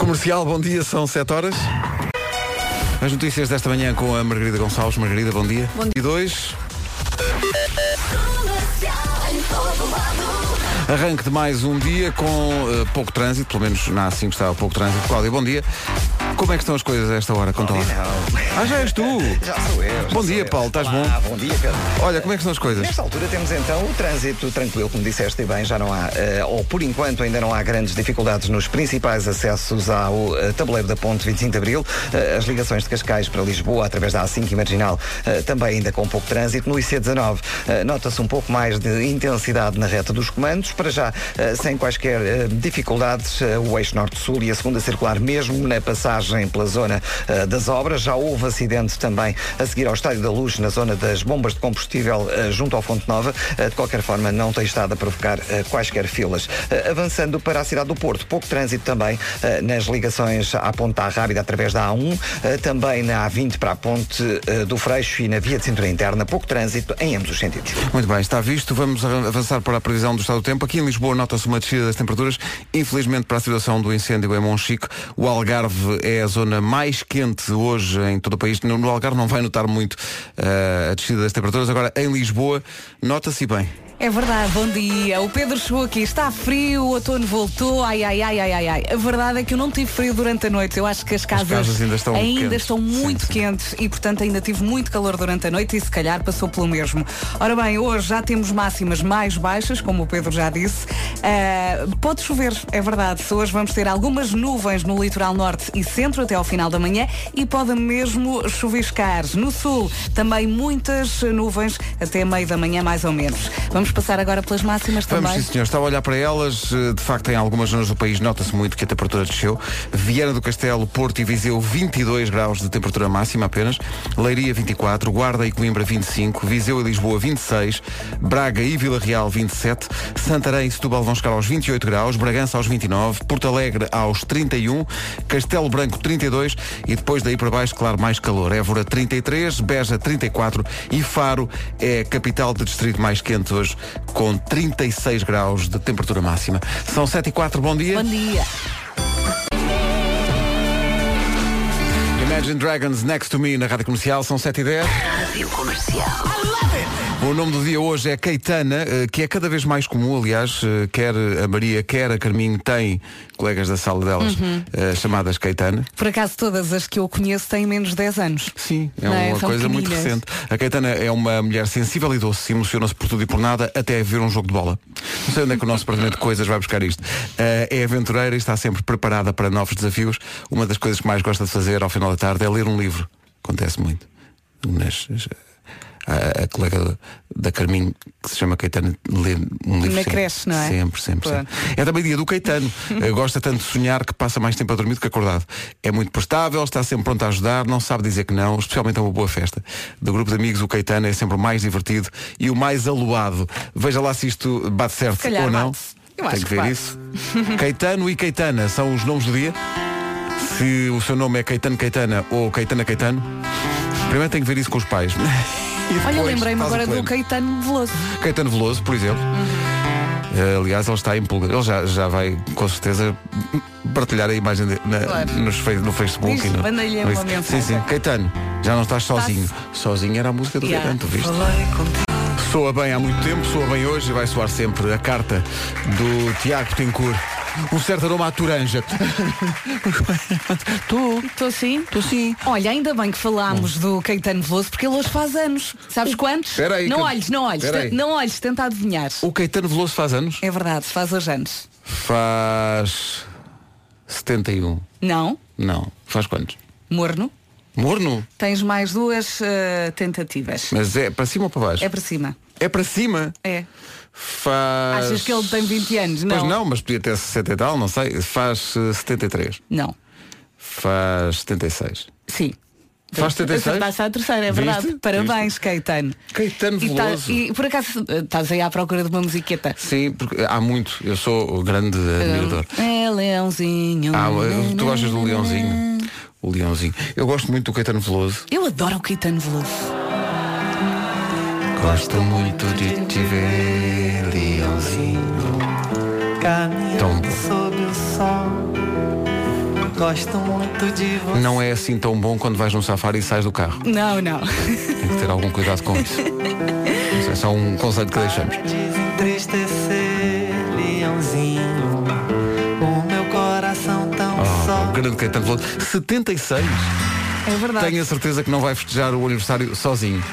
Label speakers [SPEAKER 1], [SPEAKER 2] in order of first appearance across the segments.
[SPEAKER 1] Comercial, bom dia, são 7 horas. As notícias desta manhã com a Margarida Gonçalves. Margarida, bom dia.
[SPEAKER 2] Bom dia.
[SPEAKER 1] E dois. Arranque de mais um dia com eh, pouco trânsito, pelo menos na A5 está pouco trânsito. Cláudio, bom dia. Como é que estão as coisas a esta hora? Conta lá. Ah, já és tu.
[SPEAKER 3] Já sou eu. já
[SPEAKER 1] Bom
[SPEAKER 3] sou
[SPEAKER 1] dia,
[SPEAKER 3] eu.
[SPEAKER 1] Paulo, estás
[SPEAKER 3] Olá,
[SPEAKER 1] bom?
[SPEAKER 3] Bom dia, Pedro.
[SPEAKER 1] Olha, como é que estão as coisas?
[SPEAKER 3] Nesta altura temos então o trânsito tranquilo, como disseste e bem, já não há, eh, ou por enquanto ainda não há grandes dificuldades nos principais acessos ao eh, tabuleiro da Ponte 25 de Abril. Eh, as ligações de Cascais para Lisboa, através da A5 e Marginal, eh, também ainda com pouco trânsito. No IC19, eh, nota-se um pouco mais de intensidade na reta dos comandos. Para já, eh, sem quaisquer eh, dificuldades, eh, o eixo norte-sul e a segunda circular, mesmo na passagem pela zona eh, das obras. Já houve acidente também a seguir ao Estádio da Luz, na zona das bombas de combustível, eh, junto ao Fonte Nova. Eh, de qualquer forma, não tem estado a provocar eh, quaisquer filas. Eh, avançando para a cidade do Porto, pouco trânsito também eh, nas ligações à Ponta Rábida através da A1, eh, também na A20 para a Ponte eh, do Freixo e na Via de Cintura Interna. Pouco trânsito em ambos os sentidos.
[SPEAKER 1] Muito bem, está visto. Vamos arran- avançar para a previsão do estado do tempo. Aqui em Lisboa nota-se uma descida das temperaturas. Infelizmente, para a situação do incêndio em Monchique, o Algarve é a zona mais quente hoje em todo o país. No, no Algarve não vai notar muito eh, a descida das temperaturas. Agora, em Lisboa, nota-se bem.
[SPEAKER 2] É verdade, bom dia. O Pedro chegou aqui, está frio, o outono voltou, ai, ai, ai, ai, ai, ai. A verdade é que eu não tive frio durante a noite. Eu acho que as casas,
[SPEAKER 1] casas ainda estão um
[SPEAKER 2] ainda
[SPEAKER 1] quentes.
[SPEAKER 2] estão muito
[SPEAKER 1] Sim, sim.
[SPEAKER 2] quentes e, portanto, ainda tive muito calor durante a noite e, se calhar, passou pelo mesmo. Ora bem, hoje já temos máximas mais baixas, como o Pedro já disse. Ah, pode chover, é verdade. Hoje vamos ter algumas nuvens no litoral norte e centro até ao final da manhã e pode mesmo chuviscar. No sul, também muitas nuvens até meio da manhã, mais ou menos. Vamos passar agora pelas máximas
[SPEAKER 1] Vamos,
[SPEAKER 2] também.
[SPEAKER 1] sim, senhor. Estava a olhar para elas. eh, De facto, em algumas zonas do país nota-se muito que a temperatura desceu. Viana do Castelo, Porto e Viseu, 22 graus de temperatura máxima apenas. Leiria, 24. Guarda e Coimbra, 25. Viseu e Lisboa, 26. Braga e Vila Real, 27. Santarém e Setúbal vão chegar aos 28 graus. Bragança aos 29. Porto Alegre aos 31. Castelo Branco, 32. E depois daí para baixo, claro, mais calor. Évora, 33. Beja, 34. E Faro é a capital de distrito mais quente hoje, com 36 graus de temperatura máxima. São 7 e 4, bom dia.
[SPEAKER 2] Bom dia.
[SPEAKER 1] Imagine Dragons Next to Me na Rádio Comercial, são 7 e 10. O nome do dia hoje é Caetana, eh, que é cada vez mais comum, aliás, eh, quer a Maria, quer a Carminho, tem colegas da sala delas eh, chamadas Caetana.
[SPEAKER 2] Por acaso, todas as que eu conheço têm menos de 10 anos.
[SPEAKER 1] Sim, é
[SPEAKER 2] Não é?
[SPEAKER 1] uma
[SPEAKER 2] São
[SPEAKER 1] coisa muito
[SPEAKER 2] pequeninas.
[SPEAKER 1] recente. A Caetana é uma mulher sensível e doce, emociona-se por tudo e por nada, até ver um jogo de bola. Não sei onde é que o nosso departamento de coisas vai buscar isto. Eh, é aventureira e está sempre preparada para novos desafios. Uma das coisas que mais gosta de fazer ao final da tarde é ler um livro. Acontece muito. Nas- a, a colega da Carminho, que se chama Caetano, lê um livro.
[SPEAKER 2] Na
[SPEAKER 1] sempre.
[SPEAKER 2] creche, não é?
[SPEAKER 1] Sempre, sempre,
[SPEAKER 2] Claro.
[SPEAKER 1] sempre. É também dia do Caetano. Eh, Gosta tanto de sonhar que passa mais tempo a dormir do que acordado. É muito prestável, está sempre pronto a ajudar, não sabe dizer que não, especialmente a uma boa festa. Do grupo de amigos, o Caetano é sempre o mais divertido e o mais aluado. Veja lá se isto bate certo
[SPEAKER 2] calhar
[SPEAKER 1] ou não.
[SPEAKER 2] bate. Eu acho
[SPEAKER 1] Tem que
[SPEAKER 2] que
[SPEAKER 1] ver
[SPEAKER 2] bate.
[SPEAKER 1] isso. Caetano e Caetana são os nomes do dia. Se o seu nome é Caetano Caetana ou Caetana Caetano, primeiro tem que ver isso com os pais. E
[SPEAKER 2] Olha,
[SPEAKER 1] depois
[SPEAKER 2] lembrei-me
[SPEAKER 1] faz o
[SPEAKER 2] agora do
[SPEAKER 1] plano.
[SPEAKER 2] Caetano Veloso.
[SPEAKER 1] Caetano Veloso, por exemplo. Eh, aliás, ele está em pulga. Ele já, já vai, com certeza, partilhar a imagem de- na-
[SPEAKER 2] Claro.
[SPEAKER 1] nos fe- no Facebook.
[SPEAKER 2] Diz,
[SPEAKER 1] e no,
[SPEAKER 2] manda-lhe
[SPEAKER 1] no
[SPEAKER 2] uma
[SPEAKER 1] Insta. Sim,
[SPEAKER 2] mensagem.
[SPEAKER 1] sim. Caetano, já não estás sozinho. Sozinho era a música do
[SPEAKER 2] Yeah.
[SPEAKER 1] Caetano, tu viste? Soa bem há muito tempo, soa bem hoje e vai soar sempre a carta do Tiago Tencourt. Um certo aroma à toranja. Estou,
[SPEAKER 2] Estou sim.
[SPEAKER 1] estou sim.
[SPEAKER 2] Olha, ainda bem que falámos do Caetano Veloso, porque ele hoje faz anos. Sabes quantos?
[SPEAKER 1] Espera aí,
[SPEAKER 2] não
[SPEAKER 1] que-
[SPEAKER 2] olhes, não olhes,
[SPEAKER 1] Espera
[SPEAKER 2] te-
[SPEAKER 1] aí.
[SPEAKER 2] não olhes, tenta adivinhar.
[SPEAKER 1] O Caetano Veloso faz anos?
[SPEAKER 2] É verdade, faz hoje anos.
[SPEAKER 1] Faz 71.
[SPEAKER 2] Não,
[SPEAKER 1] Não. Faz quantos?
[SPEAKER 2] morno,
[SPEAKER 1] Morno?
[SPEAKER 2] tens mais duas eh, tentativas.
[SPEAKER 1] Mas é para cima ou para baixo?
[SPEAKER 2] É para cima.
[SPEAKER 1] É para cima?
[SPEAKER 2] É.
[SPEAKER 1] Faz.
[SPEAKER 2] Achas que ele tem 20 anos? Não.
[SPEAKER 1] Pois não, mas podia ter 60 e tal, não sei. Faz eh, 73.
[SPEAKER 2] Não.
[SPEAKER 1] Faz 76.
[SPEAKER 2] Sim.
[SPEAKER 1] Faz 76?
[SPEAKER 2] Passa a terceira, é
[SPEAKER 1] Viste?
[SPEAKER 2] verdade. Parabéns, Caetano.
[SPEAKER 1] Caetano
[SPEAKER 2] E, tá-
[SPEAKER 1] Veloso.
[SPEAKER 2] e por acaso eh, estás aí à procura de uma musiqueta?
[SPEAKER 1] Sim, porque há muito. Eu sou o grande admirador.
[SPEAKER 2] É leãozinho.
[SPEAKER 1] Ah, eh, tu gostas do Leãozinho. O Leãozinho. Eu gosto muito do Caetano Veloso.
[SPEAKER 2] Eu adoro o Caetano Veloso.
[SPEAKER 1] Gosto muito de te ver, Leãozinho.
[SPEAKER 4] Caminhando
[SPEAKER 1] Tom.
[SPEAKER 4] sob o sol Gosto muito de você.
[SPEAKER 1] Não é assim tão bom quando vais num safari e sais do carro.
[SPEAKER 2] Não, não.
[SPEAKER 1] Tem que ter algum cuidado com isso. Isso é só um conselho que deixamos.
[SPEAKER 4] Desentristecer, leãozinho. O meu coração tão
[SPEAKER 1] Oh,
[SPEAKER 4] só.
[SPEAKER 1] grande Caetano Veloso. 76.
[SPEAKER 2] É verdade.
[SPEAKER 1] Tenho a certeza que não vai festejar o aniversário sozinho.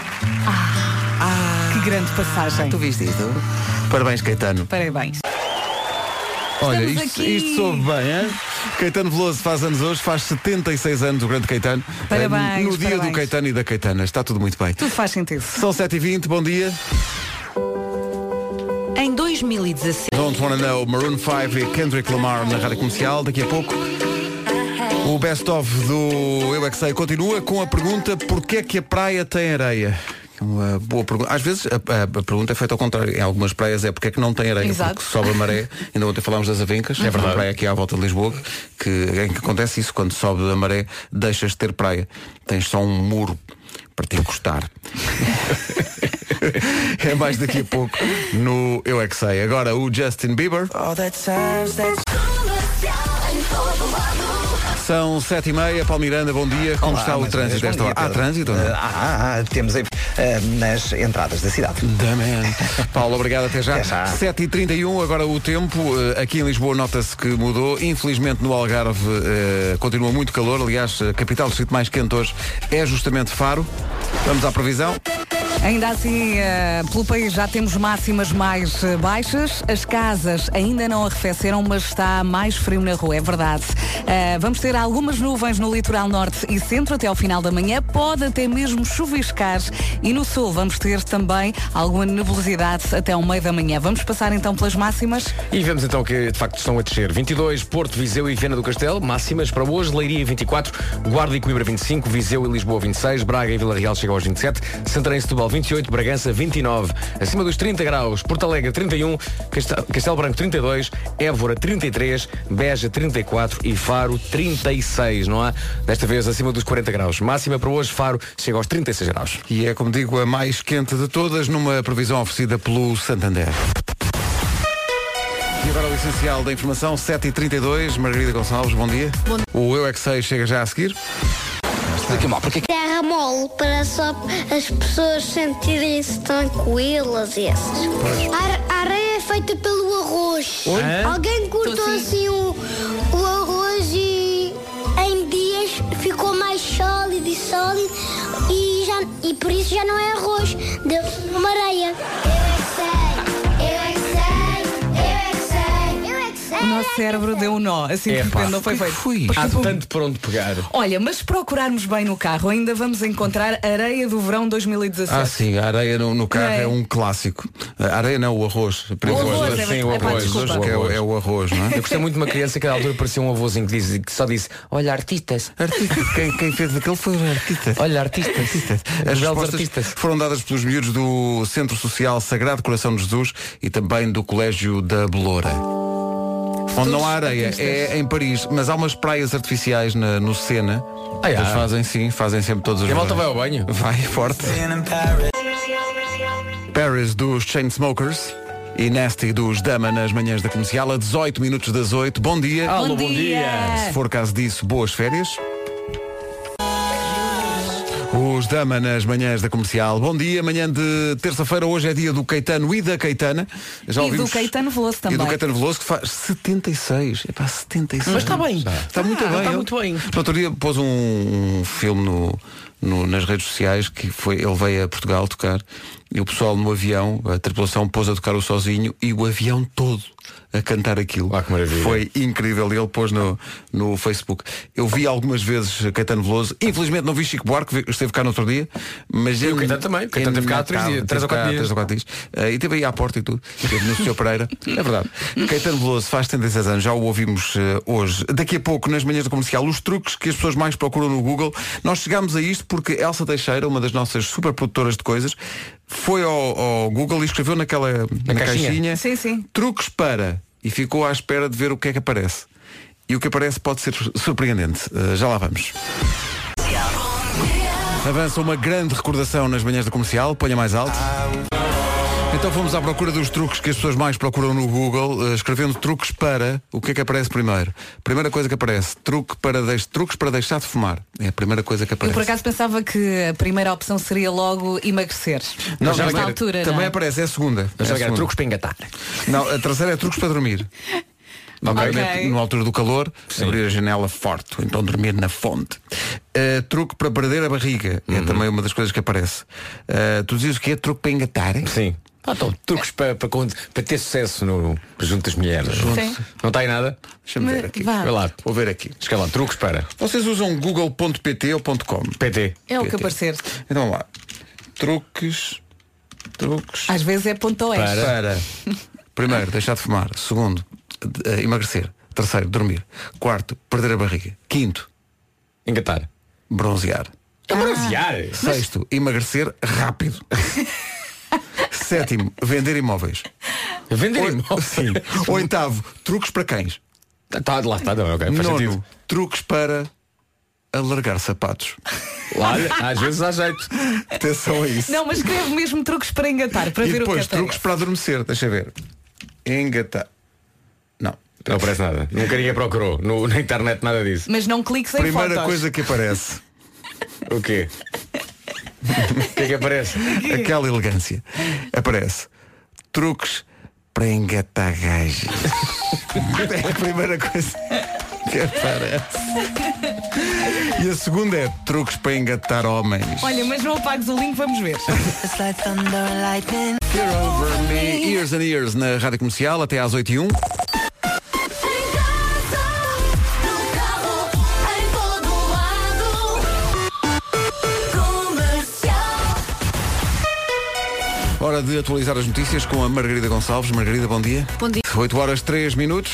[SPEAKER 2] Que grande passagem.
[SPEAKER 1] Tu viste isto? Parabéns, Caetano.
[SPEAKER 2] Parabéns.
[SPEAKER 1] Olha,
[SPEAKER 2] Estamos
[SPEAKER 1] isto,
[SPEAKER 2] aqui.
[SPEAKER 1] isto soube bem, hein? Caetano Veloso faz anos hoje, faz 76 anos, o grande Caetano. Eh,
[SPEAKER 2] Parabéns,
[SPEAKER 1] No dia do
[SPEAKER 2] parabéns.
[SPEAKER 1] Caetano e da Caetana. Está tudo muito bem.
[SPEAKER 2] Tudo faz sentido.
[SPEAKER 1] São 7h20, bom dia.
[SPEAKER 5] Em 2017.
[SPEAKER 1] Don't Wanna Know, Maroon 5 e Kendrick Lamar na Rádio Comercial, daqui a pouco. O Best of do Eu é que Sei continua com a pergunta porquê é que a praia tem areia? é Uma boa pergunta. Às vezes a, a- a pergunta é feita ao contrário. Em algumas praias é porque é que não tem areia,
[SPEAKER 2] Exato.
[SPEAKER 1] porque sobe a maré. Ainda ontem falámos das avencas, é verdade. praia aqui à volta de Lisboa, que, em que acontece isso, quando sobe a maré, deixas de ter praia. Tens só um muro para te encostar. é mais daqui a pouco no Eu é que sei. Agora o Justin Bieber. São sete e meia, Paulo Miranda, bom dia. Como
[SPEAKER 3] Olá,
[SPEAKER 1] está o
[SPEAKER 3] mais uma
[SPEAKER 1] trânsito
[SPEAKER 3] vez,
[SPEAKER 1] desta
[SPEAKER 3] Ah, bom
[SPEAKER 1] hora?
[SPEAKER 3] dia,
[SPEAKER 1] Há
[SPEAKER 3] Pedro.
[SPEAKER 1] trânsito? ou não?
[SPEAKER 3] Eh, há, há, há. temos aí, eh, nas entradas da cidade.
[SPEAKER 1] Também. Paulo, obrigado até já.
[SPEAKER 3] Até já.
[SPEAKER 1] 7h31, agora o tempo. eh, Aqui em Lisboa nota-se que mudou. Infelizmente no Algarve eh, continua muito calor. Aliás, a capital do sítio mais quente hoje é justamente Faro. Vamos à previsão.
[SPEAKER 2] Ainda assim, eh, pelo país já temos máximas mais eh, baixas. As casas ainda não arrefeceram, mas está mais frio na rua, é verdade. Eh, vamos ter algumas nuvens no litoral norte e centro até ao final da manhã. Pode até mesmo chuviscar. E no sul vamos ter também alguma nebulosidade até ao meio da manhã. Vamos passar então pelas máximas.
[SPEAKER 6] E vemos então que de facto estão a descer 22, Porto, Viseu e Viana do Castelo máximas para hoje, Leiria 24 Guarda e Coimbra 25, Viseu e Lisboa 26 Braga e Vila Real chegam aos 27 Santarém e Setúbal 28, Bragança 29 acima dos 30 graus, Porto Alegre 31 Castelo, Castelo Branco 32 Évora 33, Beja 34 e Faro 36 não há? Desta vez acima dos 40 graus máxima para hoje, Faro chega aos 36 graus
[SPEAKER 1] E é, como digo, a mais quente de todas, numa previsão oferecida pelo Santander. E agora o essencial da informação, 7h32. Margarida Gonçalves, bom dia. O Eu é que sei chega já a seguir.
[SPEAKER 7] Terra mole para só as pessoas sentirem-se tranquilas e essas coisas. A a areia é feita pelo arroz. Alguém cortou assim o, o arroz e em dias ficou mais sólido e sólido e, já, e por isso já não é arroz, deu uma areia. Eu é que sei, eu é que sei, eu é que sei.
[SPEAKER 2] O nosso cérebro deu um nó, assim de
[SPEAKER 6] Epá.
[SPEAKER 2] repente não foi feito.
[SPEAKER 1] Fui.
[SPEAKER 6] Há tanto por onde pegar
[SPEAKER 2] Olha, mas se procurarmos bem no carro, ainda vamos encontrar areia do verão 2017.
[SPEAKER 1] Ah, sim, a areia no, no carro é.
[SPEAKER 2] é?
[SPEAKER 1] um clássico. A areia não, o arroz.
[SPEAKER 2] O
[SPEAKER 1] Primeiro
[SPEAKER 2] arroz,
[SPEAKER 6] arroz,
[SPEAKER 2] é,
[SPEAKER 6] sim,
[SPEAKER 2] é,
[SPEAKER 6] o
[SPEAKER 2] pá,
[SPEAKER 6] arroz,
[SPEAKER 2] desculpa.
[SPEAKER 1] que é, o- é o arroz, não é?
[SPEAKER 6] Eu gostei muito de uma criança que à altura parecia um avôzinho que, diz, que só disse Olha, artistas,
[SPEAKER 1] Artista. Quem, quem fez aquele foi o artista.
[SPEAKER 6] olha, artistas
[SPEAKER 1] As
[SPEAKER 6] Belos
[SPEAKER 1] respostas
[SPEAKER 6] artistas.
[SPEAKER 1] foram dadas pelos miúdos do Centro Social Sagrado Coração de Jesus e também do Colégio da Beloura. Onde não há areia, é em Paris, mas há umas praias artificiais na- no Sena.
[SPEAKER 6] Ah, é?
[SPEAKER 1] Eles fazem sim, fazem sempre todos os
[SPEAKER 6] E a malta vai
[SPEAKER 1] verões.
[SPEAKER 6] ao banho?
[SPEAKER 1] Vai, forte. Paris dos Chainsmokers e Nasty dos Dama nas manhãs da comercial, a 18 minutos das 8. Bom dia.
[SPEAKER 6] Alô,
[SPEAKER 2] Bom
[SPEAKER 6] bom
[SPEAKER 2] dia.
[SPEAKER 6] dia.
[SPEAKER 1] Se for caso disso, boas férias. Os Dama nas manhãs da comercial. Bom dia, manhã de terça-feira. Hoje é dia do Caetano e da Caetana. Já
[SPEAKER 2] E do
[SPEAKER 1] ouvimos-
[SPEAKER 2] Caetano Veloso também.
[SPEAKER 1] E do Caetano Veloso que faz 76. Epá, 76.
[SPEAKER 6] Mas está bem.
[SPEAKER 1] Está, tá muito bem.
[SPEAKER 6] está
[SPEAKER 1] ele.
[SPEAKER 6] muito bem.
[SPEAKER 1] No outro dia pôs um, um filme no- no- nas redes sociais que foi, ele veio a Portugal tocar e o pessoal no avião, a tripulação pôs a tocar o sozinho e o avião todo a cantar aquilo.
[SPEAKER 6] Ah, que maravilha.
[SPEAKER 1] Foi incrível. E ele pôs no, no Facebook. Eu vi algumas vezes Caetano Veloso. Infelizmente não vi Chico Buarque, vi- esteve cá no outro dia. Mas e
[SPEAKER 6] o Caetano também. O Caetano teve cá há três dias, três ou quatro dias.
[SPEAKER 1] ou quatro dias. Eh, e teve aí à porta e tudo. Teve no Sr. Pereira. É verdade. Caetano Veloso faz 76 anos, já o ouvimos eh, hoje. Daqui a pouco, nas manhãs do comercial, os truques que as pessoas mais procuram no Google. Nós chegámos a isto porque Elsa Teixeira, uma das nossas super produtoras de coisas, foi ao, ao Google e escreveu naquela na caixinha.
[SPEAKER 6] caixinha.
[SPEAKER 2] Sim, sim.
[SPEAKER 1] truques para e ficou à espera de ver o que é que aparece. E o que aparece pode ser surpreendente. Eh, já lá vamos. Avança uma grande recordação nas manhãs da comercial, ponha mais alto. Então fomos à procura dos truques que as pessoas mais procuram no Google, eh, escrevendo truques para o que é que aparece primeiro. Primeira coisa que aparece, truque para deix- truques para deixar de fumar. É a primeira coisa que
[SPEAKER 2] Eu
[SPEAKER 1] aparece.
[SPEAKER 2] por acaso pensava que a primeira opção seria logo emagrecer.
[SPEAKER 1] Não,
[SPEAKER 2] Nesta
[SPEAKER 1] também,
[SPEAKER 2] altura,
[SPEAKER 1] também
[SPEAKER 2] não é?
[SPEAKER 1] aparece, é a segunda. É a
[SPEAKER 6] Mas agora,
[SPEAKER 1] segunda.
[SPEAKER 6] truques para engatar.
[SPEAKER 1] Não, a terceira é truques para dormir. Obviamente, na altura do calor, abrir a janela forte, ou então dormir na fonte. Eh, truque para perder a barriga é também uma das coisas que aparece. Eh, tu dizes o que é truque para engatar?
[SPEAKER 6] Sim. Ah, então, truques para, para, con- para ter sucesso no, junto das mulheres.
[SPEAKER 2] Sim.
[SPEAKER 6] Não está aí nada?
[SPEAKER 1] Deixa-me ver
[SPEAKER 2] Mas
[SPEAKER 1] aqui.
[SPEAKER 2] vá.
[SPEAKER 6] Vai lá.
[SPEAKER 1] Vou ver aqui.
[SPEAKER 6] Escala, truques para
[SPEAKER 1] Vocês usam google.pt ou .com?
[SPEAKER 6] PT.
[SPEAKER 2] É o que
[SPEAKER 1] PT.
[SPEAKER 2] aparecer.
[SPEAKER 1] Então vamos lá. Truques. Truques.
[SPEAKER 6] Ah.
[SPEAKER 2] Às vezes é ponto oeste.
[SPEAKER 6] Para.
[SPEAKER 1] Para. Primeiro, deixar de fumar. Segundo, de- eh, emagrecer. Terceiro, dormir. Quarto, perder a barriga. Quinto,
[SPEAKER 6] Engatar.
[SPEAKER 1] bronzear.
[SPEAKER 6] É
[SPEAKER 1] Ah.
[SPEAKER 6] bronzear.
[SPEAKER 1] Sexto, emagrecer rápido. Sétimo, vender imóveis.
[SPEAKER 6] Vender
[SPEAKER 1] Oi-
[SPEAKER 6] imóveis.
[SPEAKER 1] Oitavo, truques para cães.
[SPEAKER 6] Está lá, está, não, ok. Faz
[SPEAKER 1] Nono,
[SPEAKER 6] sentido.
[SPEAKER 1] truques para alargar sapatos.
[SPEAKER 6] Lá, às vezes há jeito.
[SPEAKER 1] Atenção a isso.
[SPEAKER 2] Não, mas escrevo mesmo truques para engatar, para
[SPEAKER 1] e
[SPEAKER 2] ver
[SPEAKER 1] depois,
[SPEAKER 2] o que é
[SPEAKER 1] truques
[SPEAKER 2] aparece.
[SPEAKER 1] para adormecer. Deixa eu ver. Engatar. Não.
[SPEAKER 6] Não aparece nada. Nunca ninguém procurou. No, na internet nada disso.
[SPEAKER 2] Mas não cliques em
[SPEAKER 1] Primeira
[SPEAKER 2] fotos.
[SPEAKER 1] coisa que aparece.
[SPEAKER 6] O quê? O que é que aparece?
[SPEAKER 1] aquela elegância. Aparece. Truques para engatar gajas. é a primeira coisa que aparece. E a segunda é truques para engatar homens.
[SPEAKER 2] Olha, mas não apagues o link, vamos ver.
[SPEAKER 1] Fear over me, years and years na rádio comercial até às 8 e 1 Hora de atualizar as notícias com a Margarida Gonçalves. Margarida, bom dia.
[SPEAKER 5] Bom dia.
[SPEAKER 1] 8 horas 3 minutos.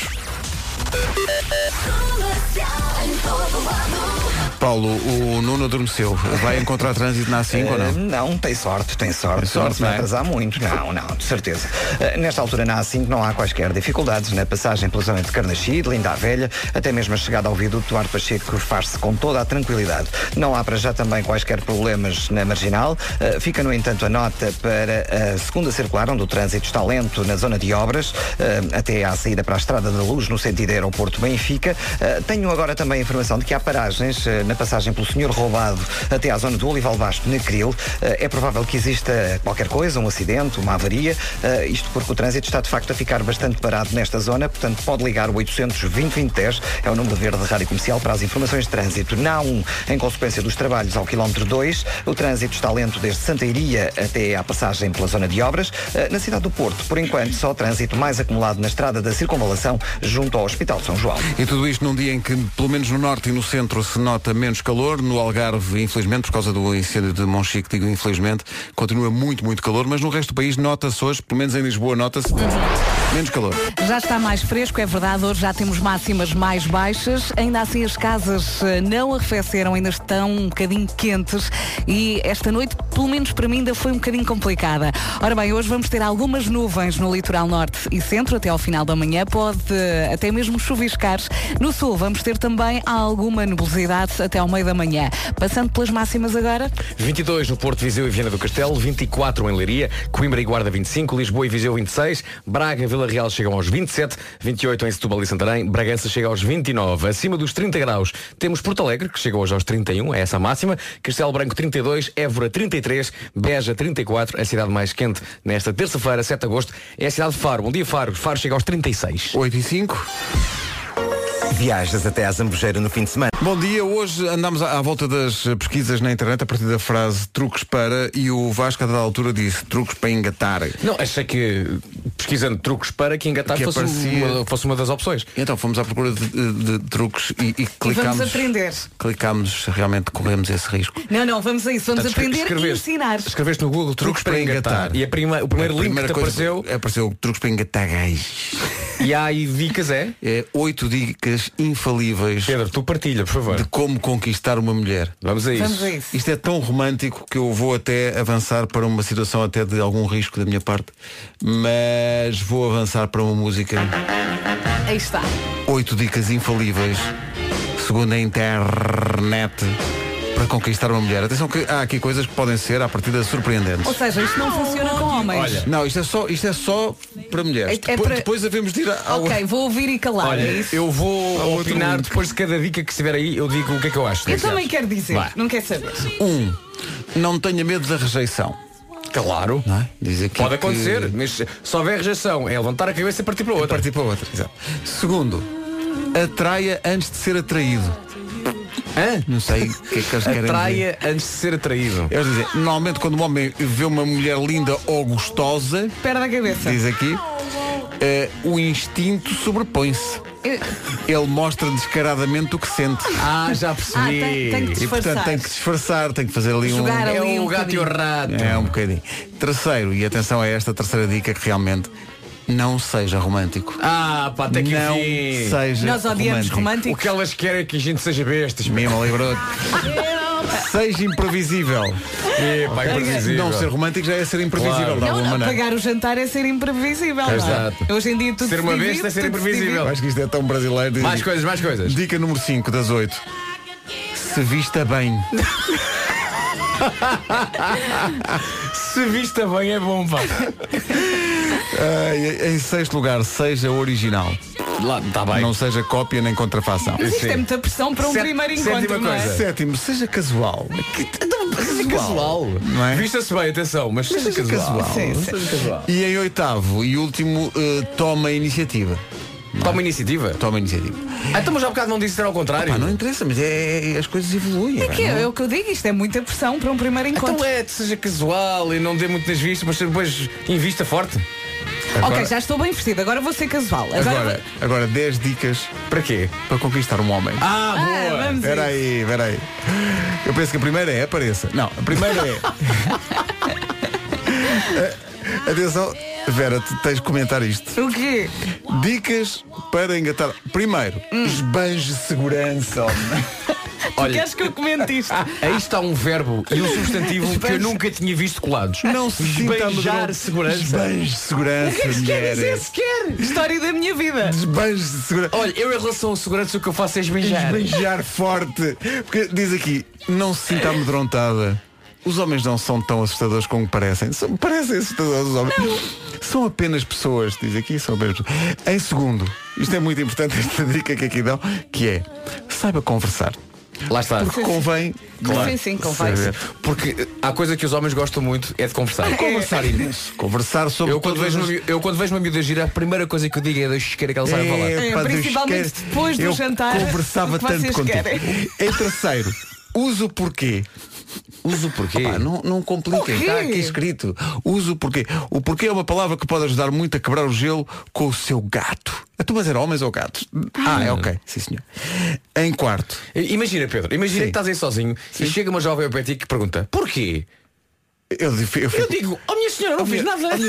[SPEAKER 1] Paulo, o Nuno adormeceu. Vai encontrar trânsito na A5 ou
[SPEAKER 3] Eh,
[SPEAKER 1] não?
[SPEAKER 3] Não, tem sorte, tem sorte.
[SPEAKER 1] sorte,
[SPEAKER 3] não se
[SPEAKER 1] não
[SPEAKER 3] vai
[SPEAKER 1] é?
[SPEAKER 3] atrasar muito. Não, não, de certeza. Eh, nesta altura na A5 não há quaisquer dificuldades na passagem pela zona de Carnaxi, de Linda a Velha, até mesmo a chegada ao viaduto do Ar Pacheco faz-se com toda a tranquilidade. Não há para já também quaisquer problemas na marginal. Eh, fica, no entanto, a nota para a segunda circular, onde o trânsito está lento na zona de obras, eh, até à saída para a Estrada da Luz, no sentido aeroporto Benfica. Eh, tenho agora também a informação de que há paragens eh, na passagem pelo Senhor Roubado até à zona do Olival Basto, na Cril. Eh, É provável que exista qualquer coisa, um acidente, uma avaria, eh, isto porque o trânsito está de facto a ficar bastante parado nesta zona, portanto pode ligar o 800-2020-10, é o número verde da Rádio Comercial para as informações de trânsito. Na A1, em consequência dos trabalhos ao quilómetro 2, o trânsito está lento desde Santa Iria até à passagem pela zona de obras. Eh, Na cidade do Porto, por enquanto, só trânsito mais acumulado na estrada da Circunvalação junto ao Hospital de São João.
[SPEAKER 1] E tudo isto num dia em que, pelo menos no norte e no centro, se nota menos calor. No Algarve, infelizmente, por causa do incêndio de Monchique, digo infelizmente, continua muito, muito calor. Mas no resto do país nota-se hoje, pelo menos em Lisboa, nota-se menos calor.
[SPEAKER 2] Já está mais fresco, é verdade, hoje já temos máximas mais baixas, ainda assim as casas eh, não arrefeceram, ainda estão um bocadinho quentes e esta noite, pelo menos para mim, ainda foi um bocadinho complicada. Ora bem, hoje vamos ter algumas nuvens no litoral norte e centro até ao final da manhã, pode eh, até mesmo chuviscar. No sul vamos ter também alguma nebulosidade até ao meio da manhã. Passando pelas máximas agora,
[SPEAKER 6] 22 no Porto, Viseu e Viana do Castelo, 24 em Leiria, Coimbra e Guarda 25, Lisboa e Viseu 26, Braga e Vila Real chegam aos 27, 28 em Setúbal e Santarém, Bragança chega aos 29. Acima dos 30 graus temos Porto Alegre, que chegou hoje aos 31, é essa a máxima, Castelo Branco 32, Évora 33, Beja 34, a cidade mais quente nesta terça-feira, 7 de agosto, é a cidade de Faro. Bom dia Faro, Faro chega aos 36.
[SPEAKER 1] 8 e 5.
[SPEAKER 8] Viajas até à Zambujeira no fim de semana.
[SPEAKER 1] Bom dia, hoje andamos à à volta das eh, pesquisas na internet a partir da frase truques para e o Vasco a dada altura disse truques para engatar.
[SPEAKER 6] Não, achei que pesquisando truques para que engatar
[SPEAKER 1] Que
[SPEAKER 6] fosse,
[SPEAKER 1] aparecia-
[SPEAKER 6] uma, fosse uma das opções.
[SPEAKER 1] Então fomos à procura de, de- de truques e, e clicámos.
[SPEAKER 2] aprender.
[SPEAKER 1] Clicámos, se realmente corremos esse risco.
[SPEAKER 2] não, não, vamos a isso, vamos
[SPEAKER 6] Portanto,
[SPEAKER 2] aprender e
[SPEAKER 6] escreveste-
[SPEAKER 2] ensinar.
[SPEAKER 6] Escreveste no Google truques para engatar. E a prima- o primeiro
[SPEAKER 1] A
[SPEAKER 6] link que
[SPEAKER 1] primeira
[SPEAKER 6] te
[SPEAKER 1] coisa-
[SPEAKER 6] apareceu
[SPEAKER 1] Apareceu truques para engatar gays.
[SPEAKER 6] e há aí dicas é.
[SPEAKER 1] É, oito dicas infalíveis
[SPEAKER 6] Pedro, tu partilha, por favor.
[SPEAKER 1] de como conquistar uma mulher.
[SPEAKER 6] Vamos a isso.
[SPEAKER 2] Vamos a isso.
[SPEAKER 1] Isto é tão romântico que eu vou até avançar para uma situação até de algum risco da minha parte, mas vou avançar para uma música.
[SPEAKER 2] Aí está.
[SPEAKER 1] Oito dicas infalíveis, segundo a internet, para conquistar uma mulher. Atenção que há aqui coisas que podem ser, à partida, surpreendentes.
[SPEAKER 2] Ou seja, isto não funciona com homens.
[SPEAKER 1] Não, isto é só, isto é só para mulheres.
[SPEAKER 2] É- é
[SPEAKER 1] depois,
[SPEAKER 2] para-
[SPEAKER 1] depois havemos de ir a- ao...
[SPEAKER 2] Ok, vou ouvir e calar. é
[SPEAKER 6] Olha,
[SPEAKER 2] isso?
[SPEAKER 6] eu
[SPEAKER 1] Ao
[SPEAKER 6] vou
[SPEAKER 1] outro
[SPEAKER 6] opinar
[SPEAKER 1] mundo.
[SPEAKER 6] depois de cada dica que estiver aí, eu digo o que é que eu acho.
[SPEAKER 2] Eu também quero dizer,
[SPEAKER 6] Vá.
[SPEAKER 2] não quer saber.
[SPEAKER 1] Um, não tenha medo da rejeição.
[SPEAKER 6] Claro.
[SPEAKER 1] Não é? Diz aqui
[SPEAKER 6] Pode
[SPEAKER 1] que-
[SPEAKER 6] acontecer, mas se houver rejeição, é levantar a cabeça e partir para outra.
[SPEAKER 1] Partir para outra. Exato. Segundo, atraia antes de ser atraído.
[SPEAKER 6] Hã?
[SPEAKER 1] Não sei o que é que eles querem dizer.
[SPEAKER 6] Atraia antes de ser atraído.
[SPEAKER 1] Eles dizem, normalmente quando um homem vê uma mulher linda ou gostosa,
[SPEAKER 2] Pera da cabeça.
[SPEAKER 1] diz aqui, eh, o instinto sobrepõe-se.
[SPEAKER 2] Eu-
[SPEAKER 1] Tá Ele mostra descaradamente o que sente.
[SPEAKER 6] Ah, já
[SPEAKER 2] Ah,
[SPEAKER 6] percebi.
[SPEAKER 2] tem, tem que
[SPEAKER 1] E portanto
[SPEAKER 2] disfarçar.
[SPEAKER 1] tem que disfarçar, tem que fazer ali um.
[SPEAKER 2] Jogar
[SPEAKER 6] É
[SPEAKER 2] ali
[SPEAKER 6] o
[SPEAKER 2] um
[SPEAKER 6] gato e o
[SPEAKER 2] bocadinho.
[SPEAKER 6] rato.
[SPEAKER 1] É, um bocadinho. Terceiro, e atenção a esta terceira dica que realmente não seja romântico.
[SPEAKER 6] Ah, pá, até que
[SPEAKER 1] não
[SPEAKER 6] enfim.
[SPEAKER 1] seja
[SPEAKER 2] Nós odiamos
[SPEAKER 1] romântico.
[SPEAKER 6] O
[SPEAKER 2] românticos.
[SPEAKER 6] que elas querem é que a gente seja bestas.
[SPEAKER 1] Mesmo ali, bruto. Seja imprevisível.
[SPEAKER 6] Epá, imprevisível.
[SPEAKER 1] Não ser romântico já é ser imprevisível
[SPEAKER 6] Claro.
[SPEAKER 1] de
[SPEAKER 2] Não,
[SPEAKER 1] alguma
[SPEAKER 2] não,
[SPEAKER 1] maneira.
[SPEAKER 2] pagar o jantar é ser imprevisível. não é?
[SPEAKER 6] Exato.
[SPEAKER 2] Hoje em dia tudo
[SPEAKER 6] Ser
[SPEAKER 2] se
[SPEAKER 6] uma
[SPEAKER 2] divide,
[SPEAKER 6] besta é ser
[SPEAKER 2] tudo se divide.
[SPEAKER 6] imprevisível.
[SPEAKER 1] Acho que isto é tão brasileiro.
[SPEAKER 6] Mais coisas, mais coisas.
[SPEAKER 1] Dica número 5 das 8. Se vista bem.
[SPEAKER 6] Se vista bem é bom, pá.
[SPEAKER 1] Ai, em sexto lugar, seja original.
[SPEAKER 6] Lá, tá bem.
[SPEAKER 1] Não seja cópia nem contrafação.
[SPEAKER 2] Mas isto
[SPEAKER 6] Sim.
[SPEAKER 2] é muita pressão para um
[SPEAKER 6] Sé-
[SPEAKER 2] primeiro
[SPEAKER 6] sétima
[SPEAKER 2] encontro, não é?
[SPEAKER 6] coisa.
[SPEAKER 1] Sétimo, seja casual.
[SPEAKER 6] Seja Então, é casual.
[SPEAKER 1] Não é?
[SPEAKER 6] Vista-se bem, atenção, mas seja
[SPEAKER 1] Seja
[SPEAKER 6] casual.
[SPEAKER 1] casual. E em oitavo e último, eh, toma a iniciativa.
[SPEAKER 6] Toma iniciativa.
[SPEAKER 1] Toma a iniciativa.
[SPEAKER 6] Ah, então, mas já há bocado não disse ser ao contrário.
[SPEAKER 1] Pá, não interessa, mas é, é- as coisas evoluem.
[SPEAKER 2] É que eu, é o que eu digo, isto é muita pressão para um primeiro encontro.
[SPEAKER 6] Então é, seja casual e não dê muito nas vistas, mas depois invista forte.
[SPEAKER 2] Ok, já estou bem vestida, agora vou ser casual. Agora,
[SPEAKER 1] Agora, agora 10 dicas
[SPEAKER 6] Para quê?
[SPEAKER 1] para conquistar um homem.
[SPEAKER 6] Ah,
[SPEAKER 2] Ah,
[SPEAKER 6] boa!
[SPEAKER 2] vamos a
[SPEAKER 1] Espera
[SPEAKER 2] isso.
[SPEAKER 1] aí, espera aí. Eu penso que a primeira é apareça. Não, a primeira é. Eh, Atenção, Vera, tu tens de comentar isto.
[SPEAKER 2] O quê?
[SPEAKER 1] Dicas para engatar. Primeiro, esbanje segurança.
[SPEAKER 2] Tu queres que eu comente isto?
[SPEAKER 6] Aí está um verbo e um substantivo que eu nunca tinha visto colados.
[SPEAKER 1] Não se sinta
[SPEAKER 6] Esbanjar
[SPEAKER 1] amedrontado.
[SPEAKER 6] segurança.
[SPEAKER 1] Esbanje segurança, mulher.
[SPEAKER 2] sequer? História da minha vida.
[SPEAKER 1] Esbanje segurança.
[SPEAKER 6] Olha, eu em relação ao segurança o que eu faço é esbanjar.
[SPEAKER 1] Esbanjar forte. Porque diz aqui, não se sinta amedrontada. Os homens não são tão assustadores como parecem. São- parecem assustadores os homens. São apenas pessoas, diz aqui, são apenas pessoas. Em segundo, isto é muito importante, esta dica que aqui dão, que é saiba conversar.
[SPEAKER 6] Lá está.
[SPEAKER 1] Porque convém.
[SPEAKER 2] Claro. Sim, sim, convém.
[SPEAKER 1] saber.
[SPEAKER 6] Porque eh, há coisa que os homens gostam muito é de conversar.
[SPEAKER 1] Conversar imenso. Conversar sobre
[SPEAKER 6] Eu quando,
[SPEAKER 1] todas
[SPEAKER 6] vejo
[SPEAKER 1] as-
[SPEAKER 6] uma, miú- eu quando vejo uma miúda gira, a primeira coisa que eu digo é da chiqueira que ela sabe falar.
[SPEAKER 1] É,
[SPEAKER 2] É,
[SPEAKER 1] pá, Deus
[SPEAKER 2] principalmente
[SPEAKER 1] quer.
[SPEAKER 2] depois do
[SPEAKER 1] eu
[SPEAKER 2] jantar,
[SPEAKER 1] Conversava
[SPEAKER 2] o que
[SPEAKER 1] tanto
[SPEAKER 2] vocês
[SPEAKER 1] contigo.
[SPEAKER 2] querem.
[SPEAKER 1] Em terceiro, uso o porquê. Uso o porquê. não, não compliquem,
[SPEAKER 2] Porquê?
[SPEAKER 1] está aqui escrito. Uso o porquê. O porquê é uma palavra que pode ajudar muito a quebrar o gelo com o seu gato. A tu mas era homens ou gatos? Ah, é ok. Sim, senhor. Em quarto,
[SPEAKER 6] I- Imagina, Pedro, imagina
[SPEAKER 1] Sim.
[SPEAKER 6] que estás aí sozinho e chega uma jovem ao pé de ti que pergunta porquê?
[SPEAKER 1] eu, dif- eu
[SPEAKER 6] Eu
[SPEAKER 1] fico.
[SPEAKER 6] digo, oh minha senhora, não fiz nada.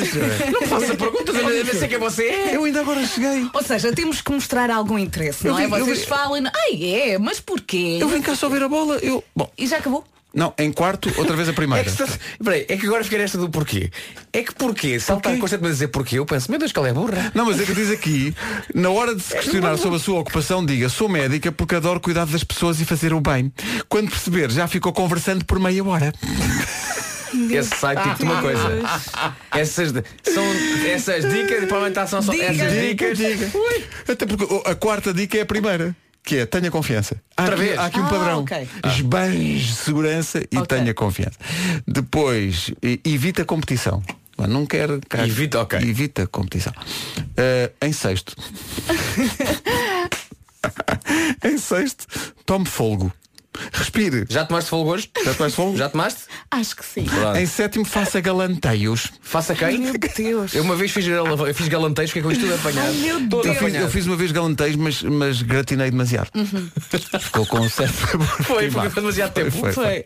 [SPEAKER 6] Não faça perguntas, eu nem sei quem você é.
[SPEAKER 1] Eu ainda agora cheguei.
[SPEAKER 2] Ou seja, temos que mostrar algum interesse,
[SPEAKER 1] Eu
[SPEAKER 2] não é?
[SPEAKER 1] vi- eu
[SPEAKER 2] Vocês
[SPEAKER 1] vi-
[SPEAKER 2] falam, ai é, mas porquê?
[SPEAKER 1] Eu vim cá só ver a bola. Eu. Bom,
[SPEAKER 2] E já acabou?
[SPEAKER 1] não, em quarto, outra vez a
[SPEAKER 6] É
[SPEAKER 1] primeira.
[SPEAKER 6] que, está- peraí, é que agora fica esta do porquê. É que porquê? Se ela está
[SPEAKER 1] Porquê?
[SPEAKER 6] constantemente a dizer porquê, eu penso, meu Deus, que ela é burra.
[SPEAKER 1] Não, mas é que diz aqui, na hora de se questionar sobre a sua ocupação, diga, sou médica porque adoro cuidar das pessoas e fazer o bem. Quando perceber, já ficou conversando por meia hora.
[SPEAKER 6] Esse site diz-te uma coisa. Essas, de- são, essas dicas de parlamentação são só
[SPEAKER 2] Diga.
[SPEAKER 6] essas
[SPEAKER 1] Dica,
[SPEAKER 6] dicas.
[SPEAKER 1] dica. Até porque oh, a quarta dica é a primeira. Que é, tenha confiança. Há
[SPEAKER 6] Outra
[SPEAKER 1] aqui,
[SPEAKER 6] vez?
[SPEAKER 1] há aqui um
[SPEAKER 2] Ah,
[SPEAKER 1] padrão.
[SPEAKER 2] ok.
[SPEAKER 1] Esbanje segurança e
[SPEAKER 2] Ok.
[SPEAKER 1] tenha confiança. Depois, e- evita a competição. Ah, Não quero cá-
[SPEAKER 6] Evita, ok.
[SPEAKER 1] Evita a competição. Ah, em sexto. em sexto, tome folgo. Respire.
[SPEAKER 6] Já tomaste fogo hoje?
[SPEAKER 1] Já tomaste folgo?
[SPEAKER 6] Já tomaste?
[SPEAKER 2] Acho que sim.
[SPEAKER 1] Em sétimo, faça galanteios.
[SPEAKER 6] Faça quem?
[SPEAKER 2] Meu Deus.
[SPEAKER 6] Eu uma vez fiz, eu fiz galanteios, que é com isto tudo apanhado.
[SPEAKER 2] Ai, meu
[SPEAKER 6] Todo
[SPEAKER 1] Eu
[SPEAKER 2] Deus.
[SPEAKER 1] fiz,
[SPEAKER 6] apanhado.
[SPEAKER 1] eu fiz uma vez galanteios, mas, mas gratinei demasiado. Ficou com um certo sabor.
[SPEAKER 6] Uhum. Foi,
[SPEAKER 1] queimado.
[SPEAKER 6] porque foi demasiado tempo.
[SPEAKER 1] Foi, foi.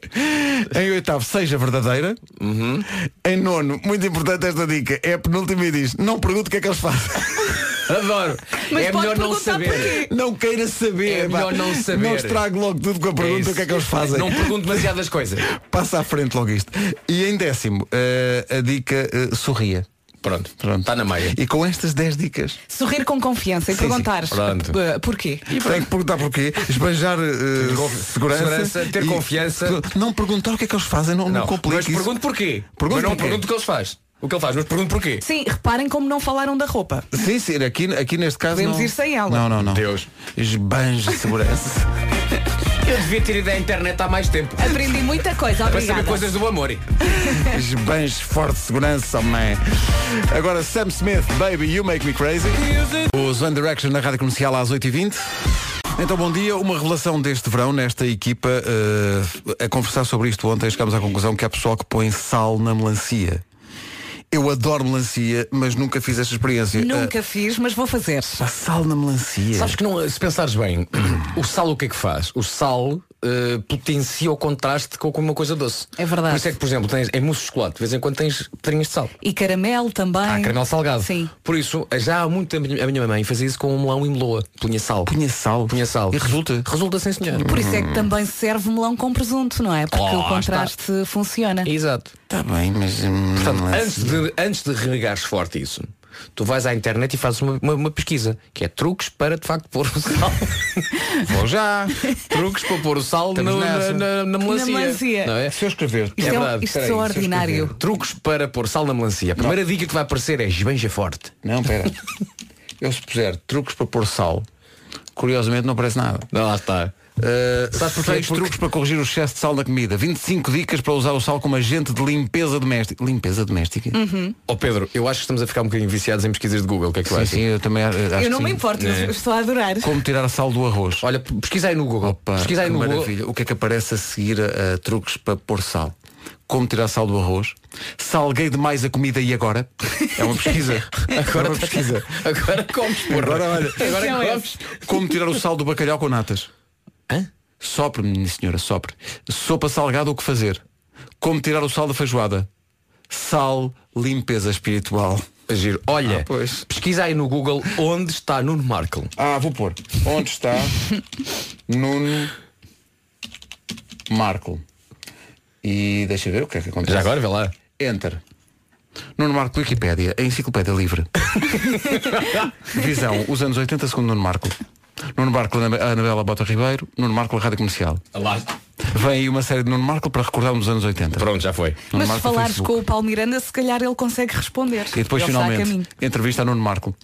[SPEAKER 1] Em oitavo, seja verdadeira.
[SPEAKER 6] Uhum.
[SPEAKER 1] Em nono, muito importante esta dica, é a penúltima e diz, não pergunte o que é que eles fazem.
[SPEAKER 6] Adoro.
[SPEAKER 2] Mas
[SPEAKER 6] é
[SPEAKER 2] pode
[SPEAKER 6] melhor não
[SPEAKER 2] perguntar
[SPEAKER 6] saber.
[SPEAKER 2] porquê.
[SPEAKER 1] Não queira saber.
[SPEAKER 6] É
[SPEAKER 1] pá.
[SPEAKER 6] melhor não saber.
[SPEAKER 1] Não estrague logo tudo com a pergunta
[SPEAKER 6] isso.
[SPEAKER 1] o que é que eles fazem.
[SPEAKER 6] Não pergunto demasiadas coisas.
[SPEAKER 1] Passa à frente logo isto. E em décimo, eh, a dica eh, sorria.
[SPEAKER 6] Pronto,
[SPEAKER 1] Pronto.
[SPEAKER 6] está Tá na meia.
[SPEAKER 1] E com estas 10 dicas.
[SPEAKER 2] Sorrir com confiança e
[SPEAKER 1] sim.
[SPEAKER 2] perguntar
[SPEAKER 6] Pronto.
[SPEAKER 2] eh, porquê.
[SPEAKER 1] Tem que perguntar porquê, esbanjar eh,
[SPEAKER 6] Conf-
[SPEAKER 1] segurança,
[SPEAKER 6] segurança, ter
[SPEAKER 1] e-
[SPEAKER 6] confiança.
[SPEAKER 1] Não perguntar o que é que eles fazem, não, não,
[SPEAKER 6] Não, mas
[SPEAKER 1] complique isso.
[SPEAKER 6] pergunto porquê.
[SPEAKER 1] Pergunto
[SPEAKER 6] mas não
[SPEAKER 1] porquê.
[SPEAKER 6] pergunto o que eles faz. O que ele faz, mas pergunto porquê.
[SPEAKER 2] Sim, reparem como não falaram da roupa.
[SPEAKER 1] Sim, sim, aqui, aqui neste caso.
[SPEAKER 2] Podemos
[SPEAKER 1] não...
[SPEAKER 2] ir sem ela.
[SPEAKER 1] Não, não, não.
[SPEAKER 6] Deus.
[SPEAKER 1] Esbanja segurança.
[SPEAKER 6] Eu devia ter ido à internet há mais tempo.
[SPEAKER 2] Aprendi muita coisa,
[SPEAKER 6] Para
[SPEAKER 2] obrigada.
[SPEAKER 6] saber coisas do amor.
[SPEAKER 1] Esbanje forte segurança, man. Agora Sam Smith, Baby, You Make Me Crazy. Os One Direction na rádio comercial às 8h20. Então, bom dia. Uma revelação deste verão nesta equipa. eh, a conversar sobre isto ontem, chegámos à conclusão que há pessoal que põe sal na melancia. Eu adoro melancia, mas nunca fiz esta experiência.
[SPEAKER 2] Nunca fiz, mas vou fazer.
[SPEAKER 1] Eh, pá, sal na melancia.
[SPEAKER 6] Sabes que não, se pensares bem, o sal o que é que faz? O sal eh, potencia o contraste com com uma coisa doce.
[SPEAKER 2] É verdade.
[SPEAKER 6] Por isso é que, por exemplo, tens, em mousse de chocolate, de vez em quando tens pedrinhas de sal.
[SPEAKER 2] E caramelo também.
[SPEAKER 1] Ah,
[SPEAKER 6] Há caramelo Ah, salgado.
[SPEAKER 2] É. Sim.
[SPEAKER 6] Por isso, já há muito tempo a minha mãe fazia isso com um melão e meloa. Punha sal.
[SPEAKER 1] Punha sal.
[SPEAKER 6] Punha sal.
[SPEAKER 1] E resulta?
[SPEAKER 6] Resulta sim, senhor.
[SPEAKER 1] Eh,
[SPEAKER 2] Por isso
[SPEAKER 1] hum.
[SPEAKER 2] é que também serve melão com presunto, não é? Porque
[SPEAKER 6] Oh,
[SPEAKER 2] o contraste funciona.
[SPEAKER 6] Exato.
[SPEAKER 1] Está bem, mas. hum,
[SPEAKER 6] Portanto,
[SPEAKER 1] melancia.
[SPEAKER 6] antes de, antes de renegares forte isso, tu vais à internet e fazes uma, uma- uma pesquisa, que é truques para de facto pôr o sal. Vou já. truques para pôr o sal na,
[SPEAKER 1] Ah. Estamos
[SPEAKER 6] na,
[SPEAKER 1] nessa.
[SPEAKER 6] na, na melancia.
[SPEAKER 2] melancia.
[SPEAKER 6] Não é?
[SPEAKER 1] Se eu escrever.
[SPEAKER 2] Isto é, um-
[SPEAKER 6] verdade,
[SPEAKER 2] isto é
[SPEAKER 6] espera aí, se eu
[SPEAKER 2] ordinário.
[SPEAKER 6] Truques para pôr sal na melancia. A primeira dica que vai aparecer é esbanja forte.
[SPEAKER 1] Não, pera. eu se puser truques para pôr sal, curiosamente não parece nada.
[SPEAKER 6] Não, lá está.
[SPEAKER 1] Uh,
[SPEAKER 6] Sabes porquê?
[SPEAKER 1] 6
[SPEAKER 6] Porque-
[SPEAKER 1] truques para corrigir o excesso de sal na comida 25 dicas para usar o sal como agente de limpeza doméstica Limpeza doméstica?
[SPEAKER 6] Ó Oh, Pedro, eu acho que estamos a ficar um bocadinho viciados em pesquisas de Google. O que é que tu
[SPEAKER 1] Sim,
[SPEAKER 6] achas?
[SPEAKER 1] sim, eu também uh, acho
[SPEAKER 2] Eu não
[SPEAKER 1] que
[SPEAKER 2] me
[SPEAKER 1] sim. é.
[SPEAKER 2] importo, eu estou a adorar.
[SPEAKER 1] Como tirar sal do arroz
[SPEAKER 6] Olha, pesquisa aí no Google.
[SPEAKER 1] Opa,
[SPEAKER 6] pesquisa aí
[SPEAKER 1] que
[SPEAKER 6] no Google.
[SPEAKER 1] maravilha. O que é que aparece a seguir a, a truques para pôr sal? Como tirar sal do arroz? Salguei demais a comida e agora? É uma pesquisa. é uma pesquisa.
[SPEAKER 6] Agora comes, porra.
[SPEAKER 1] Agora olha.
[SPEAKER 2] Então
[SPEAKER 6] Agora
[SPEAKER 2] é.
[SPEAKER 6] comes.
[SPEAKER 1] Como tirar o sal do bacalhau com natas?
[SPEAKER 6] Hã?
[SPEAKER 1] Sopre, menina senhora, sopre. Sopa salgada, o que fazer? Como tirar o sal da feijoada? Sal, limpeza espiritual.
[SPEAKER 6] Giro. Olha,
[SPEAKER 1] Ah, pois.
[SPEAKER 6] pesquisa aí no Google onde está Nuno Markle.
[SPEAKER 1] Ah, vou pôr. Onde está Nuno Marco? E deixa ver o que é que acontece.
[SPEAKER 6] Já agora, vê lá.
[SPEAKER 1] Enter. Nuno Marco, Wikipédia, a enciclopédia livre. Visão, os anos 80 segundo Nuno Marco. Nuno Marco, Ana- Anabela Bota Ribeiro. Nuno Marco, Rádio Comercial.
[SPEAKER 6] lá.
[SPEAKER 1] Vem aí uma série de Nuno Marco para recordarmos os anos 80.
[SPEAKER 6] Pronto, já foi.
[SPEAKER 1] Nuno
[SPEAKER 2] Mas se
[SPEAKER 1] Marco no
[SPEAKER 2] falares
[SPEAKER 1] Facebook.
[SPEAKER 2] com o Paulo Miranda, se calhar ele consegue responder.
[SPEAKER 1] E depois,
[SPEAKER 2] ele está a caminho.
[SPEAKER 1] finalmente, entrevista a Nuno Marco.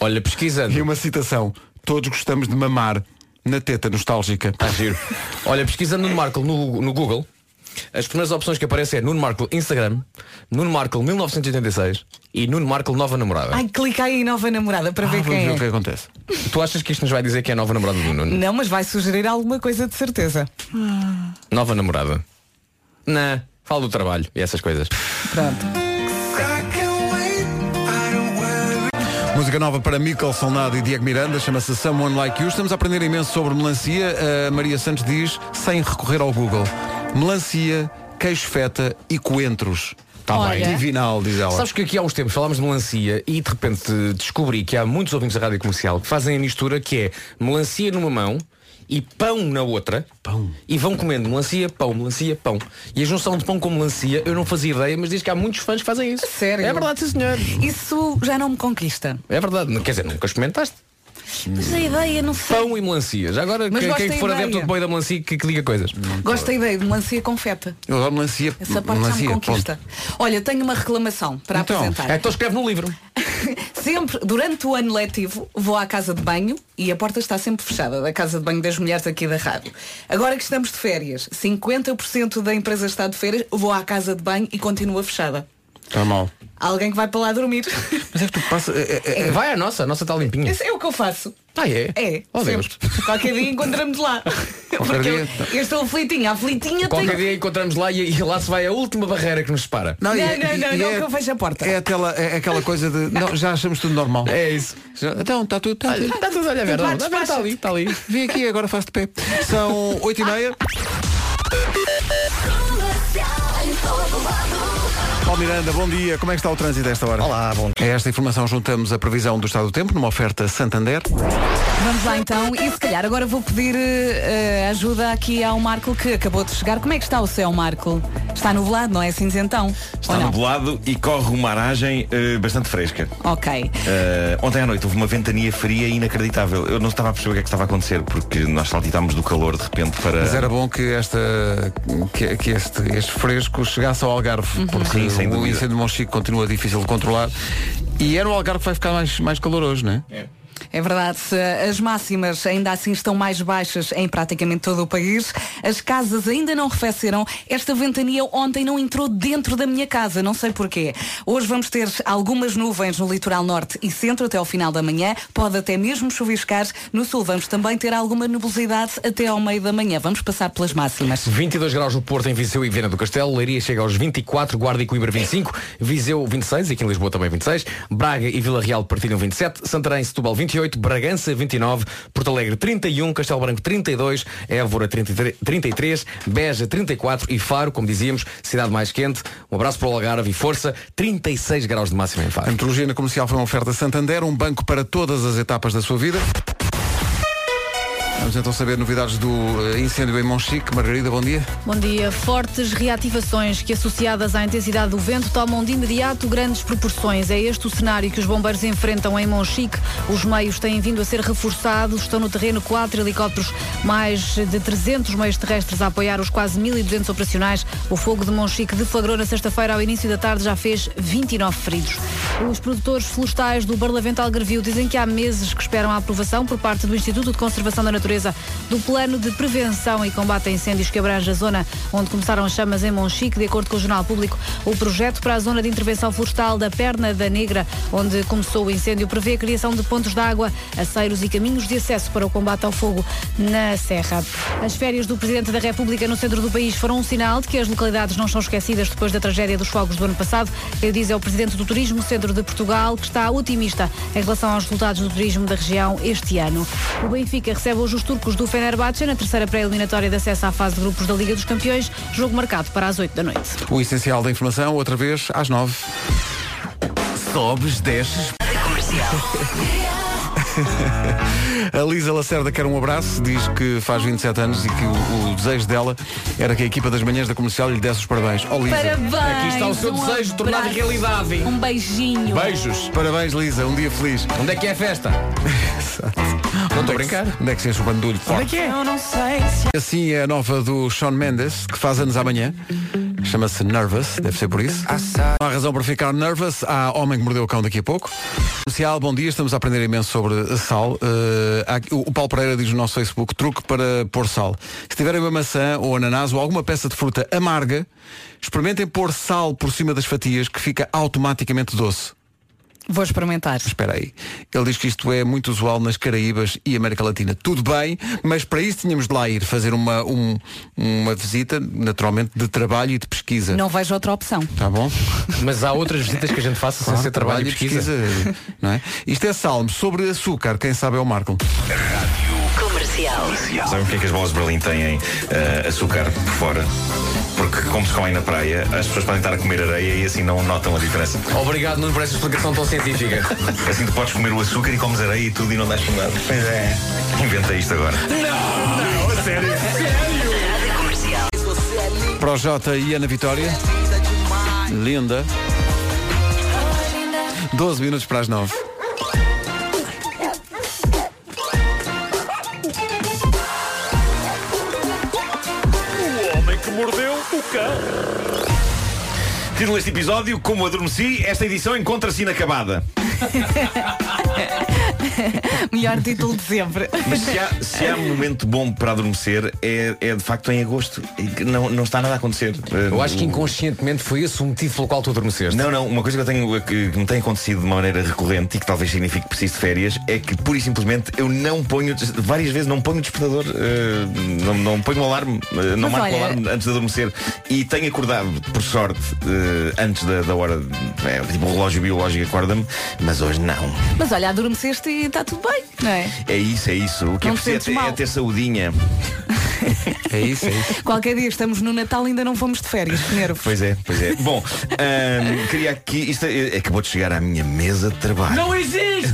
[SPEAKER 6] Olha, pesquisando.
[SPEAKER 1] E uma citação. Todos gostamos de mamar na teta nostálgica.
[SPEAKER 6] Tá giro. Olha, pesquisando Nuno Markle no, no Google, as primeiras opções que aparecem é Nuno Markle Instagram, Nuno Markle 1986 e Nuno Markle Nova Namorada.
[SPEAKER 2] Ai, clica aí em nova namorada para
[SPEAKER 1] Ah,
[SPEAKER 2] ver
[SPEAKER 1] vamos ver
[SPEAKER 2] quem
[SPEAKER 1] o
[SPEAKER 2] é.
[SPEAKER 1] que acontece.
[SPEAKER 6] Tu achas que isto nos vai dizer que é a nova namorada do Nuno?
[SPEAKER 2] Não, mas vai sugerir alguma coisa de certeza.
[SPEAKER 6] Nova namorada. Não. Fala do trabalho e essas coisas.
[SPEAKER 2] Pronto.
[SPEAKER 1] Música nova para Michael Solnado e Diego Miranda, chama-se Someone Like You. Estamos a aprender imenso sobre melancia. A Maria Santos diz, sem recorrer ao Google, melancia, queijo feta e coentros. Tá
[SPEAKER 2] Olha.
[SPEAKER 1] Divinal, diz ela.
[SPEAKER 6] Sabes que aqui há uns tempos falámos de melancia e de repente descobri que há muitos ouvintes da rádio comercial que fazem a mistura que é melancia numa mão e pão na outra.
[SPEAKER 1] Pão.
[SPEAKER 6] E vão comendo melancia, pão, melancia, pão. E a junção de pão com melancia, eu não fazia ideia, mas diz que há muitos fãs que fazem isso.
[SPEAKER 2] Sério?
[SPEAKER 6] É verdade, sim senhor.
[SPEAKER 2] Isso já não me conquista.
[SPEAKER 6] É verdade. Quer dizer, nunca experimentaste.
[SPEAKER 2] Mas a ideia não sei.
[SPEAKER 6] Pão e melancia. Já agora,
[SPEAKER 2] Mas
[SPEAKER 6] quem,
[SPEAKER 2] gosto
[SPEAKER 6] quem é
[SPEAKER 2] da
[SPEAKER 6] for
[SPEAKER 2] ideia.
[SPEAKER 6] adepto de boi da melancia, que, que diga coisas.
[SPEAKER 2] Gosto da ideia de melancia confeta.
[SPEAKER 1] Eu adoro melancia.
[SPEAKER 2] Essa parte
[SPEAKER 1] melancia,
[SPEAKER 2] já me conquista. Olha, tenho uma reclamação para
[SPEAKER 1] Então,
[SPEAKER 2] apresentar.
[SPEAKER 6] É, então escreve no livro.
[SPEAKER 2] Sempre, durante o ano letivo, vou à casa de banho e a porta está sempre fechada, da casa de banho das mulheres aqui da rádio. Agora que estamos de férias, 50% da empresa está de férias, vou à casa de banho e continua fechada.
[SPEAKER 1] ponto. Tá mal.
[SPEAKER 2] Há alguém que vai para lá dormir.
[SPEAKER 1] Mas é que tu passa... é- é- é-
[SPEAKER 6] Vai à nossa, a nossa está limpinha.
[SPEAKER 2] Isso é o que eu faço.
[SPEAKER 6] Ah, é?
[SPEAKER 2] É,
[SPEAKER 6] Oh, Deus.
[SPEAKER 2] sempre. Qualquer dia encontramos lá. Porque eu,
[SPEAKER 1] dia.
[SPEAKER 2] eu estou aflitinha, aflitinha
[SPEAKER 6] Qualquer
[SPEAKER 2] tenho.
[SPEAKER 6] dia encontramos lá e, e lá se vai a última barreira que nos separa.
[SPEAKER 2] Não, não, não, não, que eu vejo a porta.
[SPEAKER 1] É aquela, é aquela coisa de... Não, já achamos tudo normal.
[SPEAKER 6] É isso.
[SPEAKER 1] Já- então, está tudo... Tá, tudo.
[SPEAKER 6] Está tudo olha,
[SPEAKER 2] Vá,
[SPEAKER 6] verdade.
[SPEAKER 2] despacha.
[SPEAKER 6] Está ali, está ali.
[SPEAKER 1] Vim aqui, agora faço de pé. São 8 e meia. Paulo Miranda, bom dia. Como é que está o trânsito a esta hora?
[SPEAKER 3] Olá, bom
[SPEAKER 1] A esta informação juntamos a previsão do estado do tempo numa oferta Santander.
[SPEAKER 2] Vamos lá então, e se calhar agora vou pedir eh, eh, ajuda aqui ao Marco que acabou de chegar. Como é que está o céu, Marco? Está nublado, não é cinzentão?
[SPEAKER 5] Está
[SPEAKER 2] Ou não?
[SPEAKER 5] nublado e corre uma aragem eh, bastante fresca.
[SPEAKER 2] Ok.
[SPEAKER 5] Eh, ontem à noite houve uma ventania fria inacreditável. Eu não estava a perceber o que é que estava a acontecer, porque nós saltitámos do calor de repente para.
[SPEAKER 3] é,
[SPEAKER 1] Mas era bom que, esta, que, que este, este fresco chegasse ao Algarve,
[SPEAKER 2] Uhum.
[SPEAKER 1] porque
[SPEAKER 5] Sim, sem
[SPEAKER 1] o
[SPEAKER 5] dúvida.
[SPEAKER 1] incêndio de Monchique continua difícil de controlar. E era o Algarve que vai ficar mais, mais calor hoje, não é?
[SPEAKER 2] É verdade. As máximas ainda assim estão mais baixas em praticamente todo o país. As casas ainda não arrefeceram. Esta ventania ontem não entrou dentro da minha casa, não sei porquê. Hoje vamos ter algumas nuvens no litoral norte e centro até ao final da manhã. Pode até mesmo chuviscar. No sul vamos também ter alguma nebulosidade até ao meio da manhã. Vamos passar pelas máximas.
[SPEAKER 6] 22 graus no Porto, em Viseu e Viana do Castelo. Leiria chega aos 24, Guarda e Coimbra 25, Viseu 26, aqui em Lisboa também 26, Braga e Vila Real partilham 27, Santarém e Setúbal 28, Bragança 29, Porto Alegre 31, Castelo Branco 32, Évora 33, 33, Beja 34 e Faro, como dizíamos, cidade mais quente. Um abraço para o Algarve e força, 36 graus de máximo em
[SPEAKER 1] A
[SPEAKER 6] Faro.
[SPEAKER 1] metrologia na comercial foi uma oferta Santander, um banco para todas as etapas da sua vida. Vamos então saber novidades do eh, incêndio em Monchique. Margarida, bom dia.
[SPEAKER 9] Bom dia. Fortes reativações que, associadas à intensidade do vento, tomam de imediato grandes proporções. É este o cenário que os bombeiros enfrentam em Monchique. Os meios têm vindo a ser reforçados. Estão no terreno quatro helicópteros, mais de 300 meios terrestres a apoiar os quase 1.200 operacionais. O fogo de Monchique deflagrou na sexta-feira ao início da tarde já fez 29 feridos. Os produtores florestais do Barlavento Algarvio dizem que há meses que esperam a aprovação por parte do Instituto de Conservação da Natureza do Plano de Prevenção e Combate a Incêndios que abrange a zona onde começaram as chamas em Monchique, de acordo com o Jornal Público. O projeto para a zona de intervenção florestal da Perna da Negra, onde começou o incêndio, prevê a criação de pontos de água, aceiros e caminhos de acesso para o combate ao fogo na Serra. As férias do Presidente da República no centro do país foram um sinal de que as localidades não são esquecidas depois da tragédia dos fogos do ano passado. Eu diz é o Presidente do Turismo Centro de Portugal, que está otimista em relação aos resultados do turismo da região este ano. O Benfica recebe hoje os turcos do Fenerbahçe na terceira pré-eliminatória de acesso à fase de grupos da Liga dos Campeões, jogo marcado para as 8 da noite.
[SPEAKER 1] O essencial da informação, outra vez, às nove.
[SPEAKER 8] Sobes, desces.
[SPEAKER 1] A Lisa Lacerda quer um abraço, diz que faz 27 anos e que o, o desejo dela era que a equipa das manhãs da comercial lhe desse os parabéns. Oh, Lisa.
[SPEAKER 2] Parabéns!
[SPEAKER 6] Aqui está o seu
[SPEAKER 2] um
[SPEAKER 6] desejo tornado
[SPEAKER 2] abraço,
[SPEAKER 6] realidade.
[SPEAKER 2] Um beijinho.
[SPEAKER 6] Beijos.
[SPEAKER 1] Parabéns, Lisa, um dia feliz.
[SPEAKER 6] Onde é que é a festa? Não estou a brincar.
[SPEAKER 1] Onde é que se enche o bandulho? Forte.
[SPEAKER 4] Eu não sei se
[SPEAKER 1] Assim é a nova do Sean Mendes, que faz anos amanhã. Chama-se Nervous, deve ser por isso. Não há razão para ficar nervous. Há Homem que Mordeu o Cão daqui a pouco. Comercial, bom dia. Estamos a aprender imenso sobre sal. Eh, há aqui- o o Paulo Pereira diz no nosso Facebook truque para pôr sal. Se tiverem uma maçã ou ananás ou alguma peça de fruta amarga, experimentem pôr sal por cima das fatias que fica automaticamente doce.
[SPEAKER 2] Vou experimentar.
[SPEAKER 1] Espera aí. Ele diz que isto é muito usual nas Caraíbas e América Latina. Tudo bem, mas para isso tínhamos de lá ir fazer uma, um- uma visita, naturalmente, de trabalho e de pesquisa.
[SPEAKER 2] Não vejo outra opção.
[SPEAKER 1] Tá bom?
[SPEAKER 6] Mas há outras visitas que a gente faça sem ser trabalho e pesquisa.
[SPEAKER 1] não é? Isto é Salmo sobre açúcar, quem sabe é o Marco.
[SPEAKER 5] Sabem porque é que as bolas de Berlim têm eh, açúcar por fora? Porque como se comem na praia, as pessoas podem estar a comer areia e assim não notam a diferença.
[SPEAKER 6] Obrigado, Nuno, por essa explicação tão científica.
[SPEAKER 5] Assim tu podes comer o açúcar e comes areia e tudo e não dás por nada. Pois é. Inventa isto agora.
[SPEAKER 1] Projota e Ana Vitória. Linda. 12 minutos para as 9.
[SPEAKER 5] Título deste episódio, Como Adormeci, esta edição encontra-se inacabada.
[SPEAKER 2] Melhor título de sempre.
[SPEAKER 5] Mas se há, se há um momento bom para adormecer, é, é de facto em agosto. E que Não, não está nada a acontecer.
[SPEAKER 6] Eu acho que inconscientemente foi esse o motivo pelo qual tu adormeceste.
[SPEAKER 5] Não, não, uma coisa que, eu tenho, que que me tem acontecido de uma maneira recorrente e que talvez signifique que preciso de férias é que pura e simplesmente eu não ponho, várias vezes não ponho o despertador, eh, não, não ponho o alarme, eh, não
[SPEAKER 2] Mas
[SPEAKER 5] marco o
[SPEAKER 2] olha-
[SPEAKER 5] alarme antes de adormecer e tenho acordado, por sorte, eh, antes da, da hora, de- é, tipo o relógio biológico acorda-me, mas hoje não.
[SPEAKER 2] Mas olha, adormeceste e está tudo bem, não é?
[SPEAKER 5] É isso, é isso. O que
[SPEAKER 2] Não
[SPEAKER 5] é
[SPEAKER 2] te
[SPEAKER 5] preciso
[SPEAKER 2] sentes
[SPEAKER 5] é, ter-
[SPEAKER 2] mal?
[SPEAKER 5] é ter saudinha.
[SPEAKER 1] É isso, é isso.
[SPEAKER 2] Qualquer dia estamos no Natal e ainda não fomos de férias, nervo.
[SPEAKER 5] Pois é, pois é. Bom, ahm, queria aqui. Isto é- acabou de chegar à minha mesa de trabalho.
[SPEAKER 6] existe!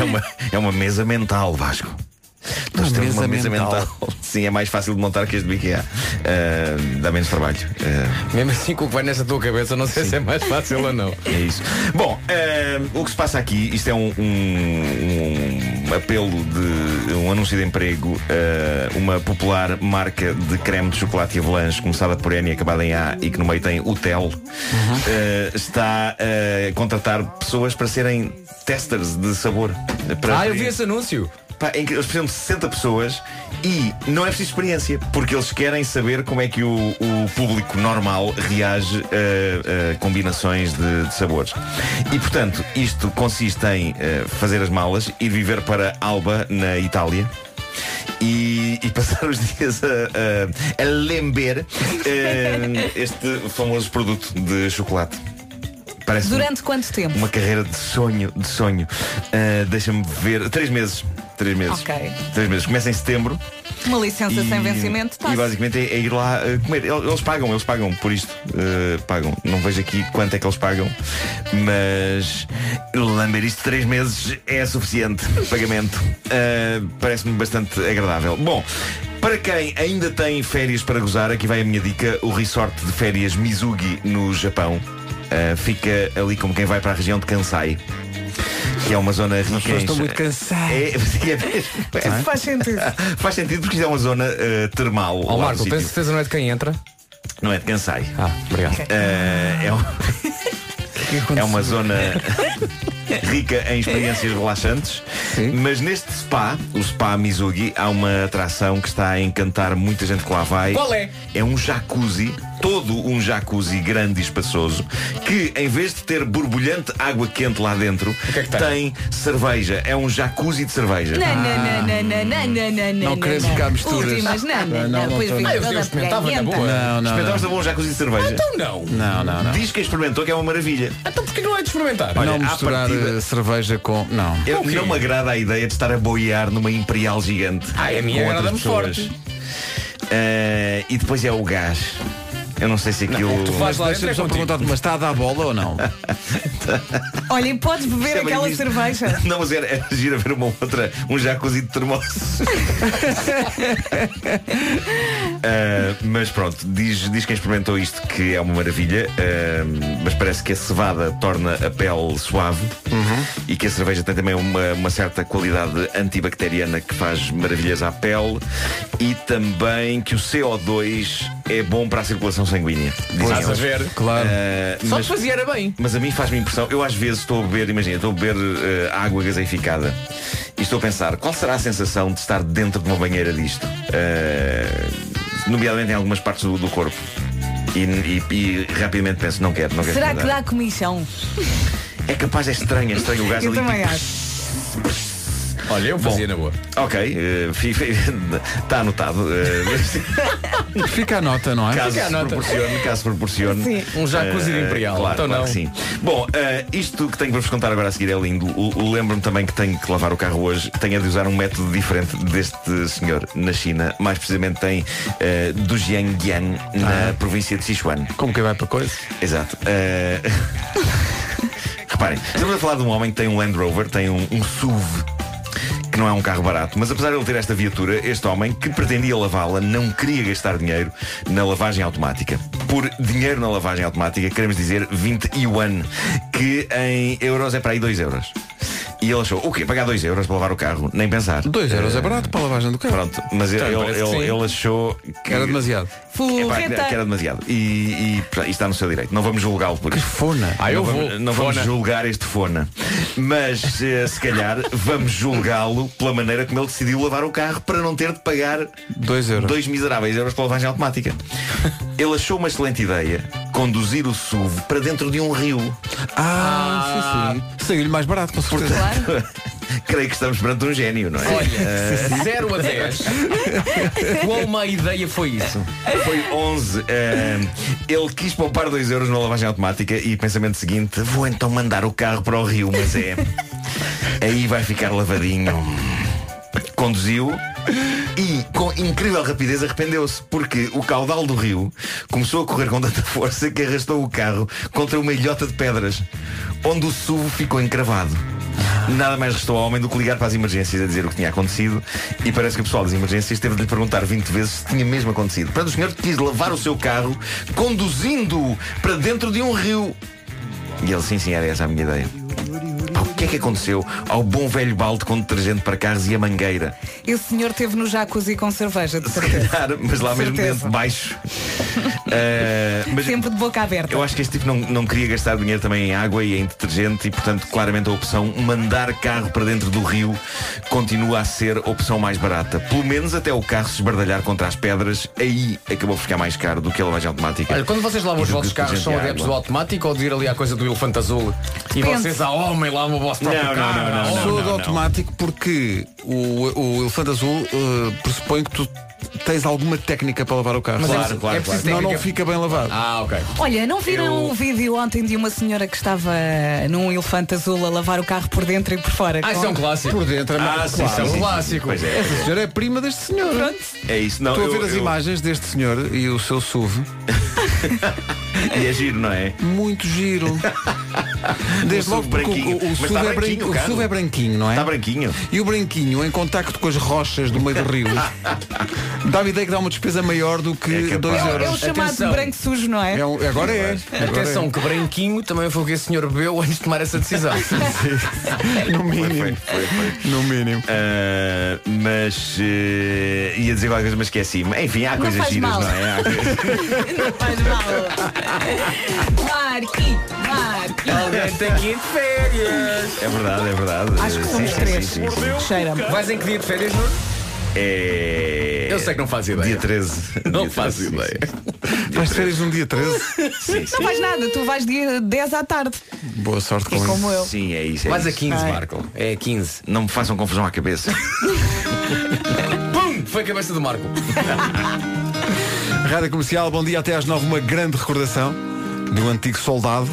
[SPEAKER 5] É uma, é uma mesa mental, Vasco. Nós temos uma
[SPEAKER 1] mesa
[SPEAKER 5] mesa mental. Sim, é mais fácil de montar que este do IKEA. Ah, dá menos trabalho. Ah,
[SPEAKER 6] Mesmo assim com o que vai nessa tua cabeça, não sei se é mais fácil ou não.
[SPEAKER 5] É isso. Bom, eh, o que se passa aqui, isto é um, um- um apelo de um anúncio de emprego, eh, uma popular marca de creme de chocolate e avalanche, começada por N e acabada em A e que no meio tem Utel, eh, está eh, a contratar pessoas para serem testers de sabor. eh, para-
[SPEAKER 6] Ah, eu vi esse anúncio.
[SPEAKER 5] Pá, em que eles precisam de 60 pessoas e não é preciso experiência, porque eles querem saber como é que o, o público normal reage a, a combinações de, de sabores. E portanto, isto consiste em eh, fazer as malas, ir viver para Alba, na Itália. E, e passar os dias a, a, a lember eh, este famoso produto de chocolate. Parece
[SPEAKER 2] Durante quanto tempo?
[SPEAKER 5] uma carreira de sonho, de sonho. Ah, Deixa-me ver. Três meses. Três meses.
[SPEAKER 2] Ok.
[SPEAKER 5] Três meses. Começa em setembro.
[SPEAKER 2] Uma licença
[SPEAKER 5] e-
[SPEAKER 2] sem vencimento, tá
[SPEAKER 5] E basicamente é, é ir lá ah, comer. El- Eles pagam, eles pagam por isto. Ah, pagam. Não vejo aqui quanto é que eles pagam. Mas lamber isto três meses é suficiente. Pagamento. Ah, Parece-me bastante agradável. Bom. Para quem ainda tem férias para gozar, aqui vai a minha dica, o resort de férias Mizugi no Japão. Ah, fica ali como quem vai para a região de Kansai, que é uma zona rica. As
[SPEAKER 1] pessoas estão muito cansadas.
[SPEAKER 5] É, é mesmo.
[SPEAKER 2] Faz sentido.
[SPEAKER 5] Faz sentido porque isto é uma zona eh, termal. lá
[SPEAKER 6] Ó
[SPEAKER 5] no
[SPEAKER 6] Marco,
[SPEAKER 5] sítio.
[SPEAKER 6] tens certeza não é de quem entra?
[SPEAKER 5] Não é de Kansai.
[SPEAKER 6] Ah, obrigado.
[SPEAKER 5] Eh, é, um- é uma zona rica em experiências relaxantes.
[SPEAKER 1] Sim.
[SPEAKER 5] Mas neste spa, o Spa Mizugi, há uma atração que está a encantar muita gente que lá vai.
[SPEAKER 6] Qual é?
[SPEAKER 5] É um jacuzzi, todo um jacuzzi grande e espaçoso, que em vez de ter borbulhante água quente lá dentro,
[SPEAKER 6] que é que tem?
[SPEAKER 5] cerveja. É um jacuzzi de cerveja.
[SPEAKER 2] Não, não, não, não, não, não, não, não,
[SPEAKER 1] Não queremos ficar misturas.
[SPEAKER 2] Últimas,
[SPEAKER 1] Não,
[SPEAKER 2] não, não,
[SPEAKER 1] não,
[SPEAKER 2] não.
[SPEAKER 1] não
[SPEAKER 2] Depois
[SPEAKER 1] tô-
[SPEAKER 2] vem
[SPEAKER 1] Ah,
[SPEAKER 6] eu
[SPEAKER 2] toda
[SPEAKER 6] experimentava na
[SPEAKER 2] peganhenta.
[SPEAKER 6] boa.
[SPEAKER 1] Não, não,
[SPEAKER 5] Experimentavas
[SPEAKER 1] não.
[SPEAKER 5] de bom um jacuzzi de cerveja?
[SPEAKER 6] Então não.
[SPEAKER 1] Não, não, não.
[SPEAKER 5] Diz que experimentou que é uma maravilha.
[SPEAKER 6] Então porquê não é de experimentar?
[SPEAKER 5] Olha,
[SPEAKER 1] não
[SPEAKER 5] à
[SPEAKER 1] misturar
[SPEAKER 5] partida-
[SPEAKER 1] eh, cerveja com. Não.
[SPEAKER 5] Eu,
[SPEAKER 6] Ok.
[SPEAKER 5] Não me agrada a ideia de estar a boiar numa imperial gigante.
[SPEAKER 6] Ah, a minha
[SPEAKER 5] com outras
[SPEAKER 6] agrada-me
[SPEAKER 5] pessoas.
[SPEAKER 6] forte.
[SPEAKER 5] Eh, e depois é o gás. Eu não sei se aquilo.
[SPEAKER 6] tu fazes lá dentro
[SPEAKER 1] Deixa-me
[SPEAKER 6] é
[SPEAKER 1] só
[SPEAKER 6] contigo.
[SPEAKER 1] perguntar mas está a dar bola ou não?
[SPEAKER 2] Olha, e podes
[SPEAKER 5] Isso
[SPEAKER 2] beber
[SPEAKER 5] é bem
[SPEAKER 2] aquela
[SPEAKER 5] visto.
[SPEAKER 2] cerveja.
[SPEAKER 5] Não, mas era, era giro ver uma outra, um jacuzzi de termos. Eh, mas pronto, diz, diz quem experimentou isto que é uma maravilha, eh, mas parece que a cevada torna a pele suave e que a cerveja tem também uma, uma certa qualidade antibacteriana que faz maravilhas à pele e também que o CO2 é bom para a circulação sanguínea. dizem
[SPEAKER 6] Estás a
[SPEAKER 5] eles.
[SPEAKER 6] ver?
[SPEAKER 1] Claro.
[SPEAKER 5] Eh,
[SPEAKER 6] Só
[SPEAKER 5] mas-
[SPEAKER 6] te fazia era bem.
[SPEAKER 5] mas a mim faz-me impressão, eu às vezes estou a beber, imagina, estou a beber eh, água gaseificada e estou a pensar, qual será a sensação de estar dentro de uma banheira disto? Eh, nomeadamente em algumas partes do, do corpo. E, e- e rapidamente penso, não quero, não quero.
[SPEAKER 2] Será que
[SPEAKER 5] experimentar.
[SPEAKER 2] dá comichão?
[SPEAKER 5] É capaz, é estranho, é estranho o gás
[SPEAKER 2] Eu
[SPEAKER 5] ali.
[SPEAKER 2] também
[SPEAKER 5] tipo,
[SPEAKER 2] acho.
[SPEAKER 6] Olha, eu
[SPEAKER 5] fazia
[SPEAKER 6] na boa.
[SPEAKER 5] Ok, eh, está anotado. eh, mas
[SPEAKER 1] Fica a nota, não é?
[SPEAKER 5] caso
[SPEAKER 6] Fica à
[SPEAKER 5] se
[SPEAKER 6] nota.
[SPEAKER 5] proporcione, caso se proporcione.
[SPEAKER 2] Sim.
[SPEAKER 6] Um jacuzzi de
[SPEAKER 5] Eh,
[SPEAKER 6] Imperial,
[SPEAKER 5] Claro,
[SPEAKER 6] então
[SPEAKER 5] claro
[SPEAKER 6] não.
[SPEAKER 5] que sim. Bom, eh, isto que tenho para vos contar agora a seguir é lindo. O- o- Lembro-me também que tenho que lavar o carro hoje. Tenho de usar um método diferente deste senhor na China. Mais precisamente tem eh, do Jiangyan, na
[SPEAKER 6] Ah.
[SPEAKER 5] província de Sichuan.
[SPEAKER 1] Como que vai para coisa?
[SPEAKER 5] Exato. Eh, Reparem, estamos a falar de um homem que tem um Land Rover, tem um, um SUV. Que não é um carro barato, mas apesar de ele ter esta viatura, este homem que pretendia lavá-la não queria gastar dinheiro na lavagem automática. Por dinheiro na lavagem automática, queremos dizer 20 yuan, que em euros é para aí 2 euros. E ele achou, o quê? Pagar 2 euros para lavar o carro? Nem pensar.
[SPEAKER 1] 2 euros é
[SPEAKER 5] Eh,
[SPEAKER 1] barato para a lavagem do carro.
[SPEAKER 5] Pronto, mas ele,
[SPEAKER 6] Então, parece que
[SPEAKER 5] ele-
[SPEAKER 6] sim.
[SPEAKER 5] ele achou que.
[SPEAKER 1] Era demasiado.
[SPEAKER 5] Epá, que
[SPEAKER 2] Forreta.
[SPEAKER 5] era demasiado. E, e, portanto, e está no seu direito. Não vamos julgá-lo por
[SPEAKER 1] Que
[SPEAKER 5] isso.
[SPEAKER 1] fona.
[SPEAKER 6] Ah, eu
[SPEAKER 5] não
[SPEAKER 6] vou.
[SPEAKER 5] vamos, não vamos
[SPEAKER 6] Fona.
[SPEAKER 5] julgar este fona. Mas eh, se calhar vamos julgá-lo pela maneira como ele decidiu lavar o carro para não ter de pagar
[SPEAKER 1] 2 euros.
[SPEAKER 5] dois miseráveis euros pela lavagem automática. Ele achou uma excelente ideia conduzir o SUV para dentro de um rio.
[SPEAKER 1] Ah, sim, sim. Saiu-lhe mais barato, com certeza.
[SPEAKER 5] Creio que estamos perante um gênio, não é?
[SPEAKER 6] Olha, 0 a 10. Qual uma ideia foi isso?
[SPEAKER 5] Foi 11. eh, ele quis poupar 2 euros na lavagem automática e pensamento seguinte, vou então mandar o carro para o rio, mas é. Aí vai ficar lavadinho. Conduziu e com incrível rapidez arrependeu-se, porque o caudal do rio começou a correr com tanta força que arrastou o carro contra uma ilhota de pedras, onde o SUV ficou encravado. Nada mais restou ao homem do que ligar para as emergências a dizer o que tinha acontecido e parece que o pessoal das emergências teve de lhe perguntar 20 vezes se tinha mesmo acontecido. Portanto, o senhor quis lavar o seu carro conduzindo-o para dentro de um rio. E ele, sim, sim, era essa a minha ideia. Pá, O que é que aconteceu ao bom velho balde com detergente para carros e a mangueira?
[SPEAKER 2] Esse senhor teve no jacuzzi com cerveja, de
[SPEAKER 5] Se
[SPEAKER 2] certeza.
[SPEAKER 5] calhar, mas lá mesmo
[SPEAKER 2] Certeza.
[SPEAKER 5] dentro de baixo. Eh, mas
[SPEAKER 2] Sempre de boca aberta.
[SPEAKER 5] eu acho que este tipo não, não queria gastar dinheiro também em água e em detergente e, portanto, claramente a opção mandar carro para dentro do rio continua a ser a opção mais barata. Pelo menos até o carro se esbardalhar contra as pedras, aí acabou por ficar mais caro do que a lavagem automática.
[SPEAKER 6] Olha, quando vocês lavam
[SPEAKER 5] E
[SPEAKER 6] os
[SPEAKER 5] do
[SPEAKER 6] vossos
[SPEAKER 5] que
[SPEAKER 6] carros, são
[SPEAKER 5] detergente e
[SPEAKER 6] adeptos do
[SPEAKER 5] água.
[SPEAKER 6] automático ou de ir ali à coisa do elefante azul? E
[SPEAKER 2] Depende.
[SPEAKER 6] vocês, a homem, lavam o vosso próprio
[SPEAKER 5] Não, não,
[SPEAKER 6] carro.
[SPEAKER 5] não, não,
[SPEAKER 6] Oh,
[SPEAKER 5] não.
[SPEAKER 1] Sou do automático porque o, o elefante azul eh, pressupõe que tu tens alguma técnica para lavar o carro.
[SPEAKER 6] Mas é
[SPEAKER 5] Claro,
[SPEAKER 6] preciso-
[SPEAKER 5] claro,
[SPEAKER 6] é preciso
[SPEAKER 1] Senão não
[SPEAKER 6] técnica.
[SPEAKER 1] fica bem lavado.
[SPEAKER 6] Ah, ok.
[SPEAKER 2] Olha, não viram
[SPEAKER 5] Eu-
[SPEAKER 2] o vídeo ontem de uma senhora que estava num elefante azul a lavar o carro por dentro e por fora?
[SPEAKER 6] Ah,
[SPEAKER 2] com-
[SPEAKER 6] isso é um clássico.
[SPEAKER 1] Por dentro é
[SPEAKER 5] Ah,
[SPEAKER 1] mais
[SPEAKER 5] sim,
[SPEAKER 1] claro.
[SPEAKER 6] Isso é
[SPEAKER 5] sim,
[SPEAKER 6] um
[SPEAKER 5] sim.
[SPEAKER 6] clássico.
[SPEAKER 5] Pois é,
[SPEAKER 1] Essa senhora é prima deste senhor.
[SPEAKER 5] é isso. Não,
[SPEAKER 1] Estou a ver
[SPEAKER 5] eu-
[SPEAKER 1] as
[SPEAKER 5] eu-
[SPEAKER 1] imagens deste senhor e o seu SUV.
[SPEAKER 5] E é giro, não é?
[SPEAKER 1] Muito giro. Desde
[SPEAKER 5] O
[SPEAKER 1] logo
[SPEAKER 5] SUV
[SPEAKER 1] porque o,
[SPEAKER 5] branquinho.
[SPEAKER 1] o, o
[SPEAKER 5] Mas
[SPEAKER 1] SUV
[SPEAKER 5] está
[SPEAKER 1] é
[SPEAKER 5] branquinho
[SPEAKER 1] branquinho,
[SPEAKER 5] o
[SPEAKER 1] o
[SPEAKER 5] carro.
[SPEAKER 1] SUV é branquinho, não é?
[SPEAKER 5] Está Tá branquinho.
[SPEAKER 1] E o branquinho, em contacto com as rochas do meio do rio, dá-me ideia que dá uma despesa maior do
[SPEAKER 5] É
[SPEAKER 1] que
[SPEAKER 5] capaz.
[SPEAKER 1] 2
[SPEAKER 2] É o
[SPEAKER 1] euros.
[SPEAKER 2] chamado
[SPEAKER 6] Atenção.
[SPEAKER 2] branco sujo, não é?
[SPEAKER 1] É um- agora é. Agora
[SPEAKER 6] Atenção, que branquinho também foi o que esse senhor bebeu antes de tomar essa decisão.
[SPEAKER 1] é. No
[SPEAKER 5] Foi, foi,
[SPEAKER 1] mínimo.
[SPEAKER 5] foi, foi.
[SPEAKER 1] No mínimo.
[SPEAKER 5] Ah, mas eh, ia dizer qualquer coisa, mas esqueci. Enfim, há coisas
[SPEAKER 2] faz
[SPEAKER 5] giras,
[SPEAKER 2] mal.
[SPEAKER 5] não é? Há coisas-
[SPEAKER 2] Não faz mal. Marqui, Marqui.
[SPEAKER 6] Alguém tem que ir de férias.
[SPEAKER 5] É verdade, é verdade.
[SPEAKER 2] Acho que
[SPEAKER 5] Sim,
[SPEAKER 2] somos
[SPEAKER 5] sim,
[SPEAKER 2] três.
[SPEAKER 5] sim, sim, sim.
[SPEAKER 2] Cheira-me.
[SPEAKER 6] Vais em que dia de férias, Nuno?
[SPEAKER 5] É...
[SPEAKER 6] Eu sei que não faz
[SPEAKER 5] Dia
[SPEAKER 6] ideia.
[SPEAKER 5] 13.
[SPEAKER 6] Não
[SPEAKER 5] Dia
[SPEAKER 6] faço
[SPEAKER 5] 13, sim,
[SPEAKER 6] ideia.
[SPEAKER 5] sim, sim. Dia
[SPEAKER 1] Vais
[SPEAKER 5] 13.
[SPEAKER 1] férias num dia 13?
[SPEAKER 5] Sim, sim.
[SPEAKER 2] Não faz nada, tu vais dia 10 à tarde.
[SPEAKER 1] Boa sorte com
[SPEAKER 2] É
[SPEAKER 1] isso.
[SPEAKER 2] como eu.
[SPEAKER 5] Sim, é isso. É
[SPEAKER 6] Vais a
[SPEAKER 5] isso.
[SPEAKER 6] 15, Marco. É 15.
[SPEAKER 5] Não me façam confusão à cabeça.
[SPEAKER 6] Pum! Foi a cabeça do Marco.
[SPEAKER 1] Rádio Comercial, bom dia até às 9. Uma grande recordação do antigo soldado.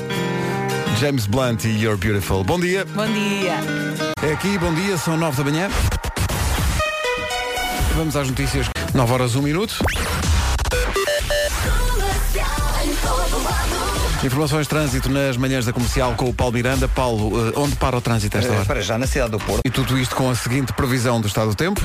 [SPEAKER 1] James Blunt e You're Beautiful. Bom dia.
[SPEAKER 2] Bom dia.
[SPEAKER 1] É aqui, bom dia, são 9 da manhã. Vamos às notícias. 9 horas 1 minuto. Informações de trânsito nas manhãs da comercial com o Paulo Miranda. Paulo, eh, onde para o trânsito a esta
[SPEAKER 3] Eh,
[SPEAKER 1] hora?
[SPEAKER 3] Para já na cidade do Porto.
[SPEAKER 1] E tudo isto com a seguinte previsão do estado do tempo.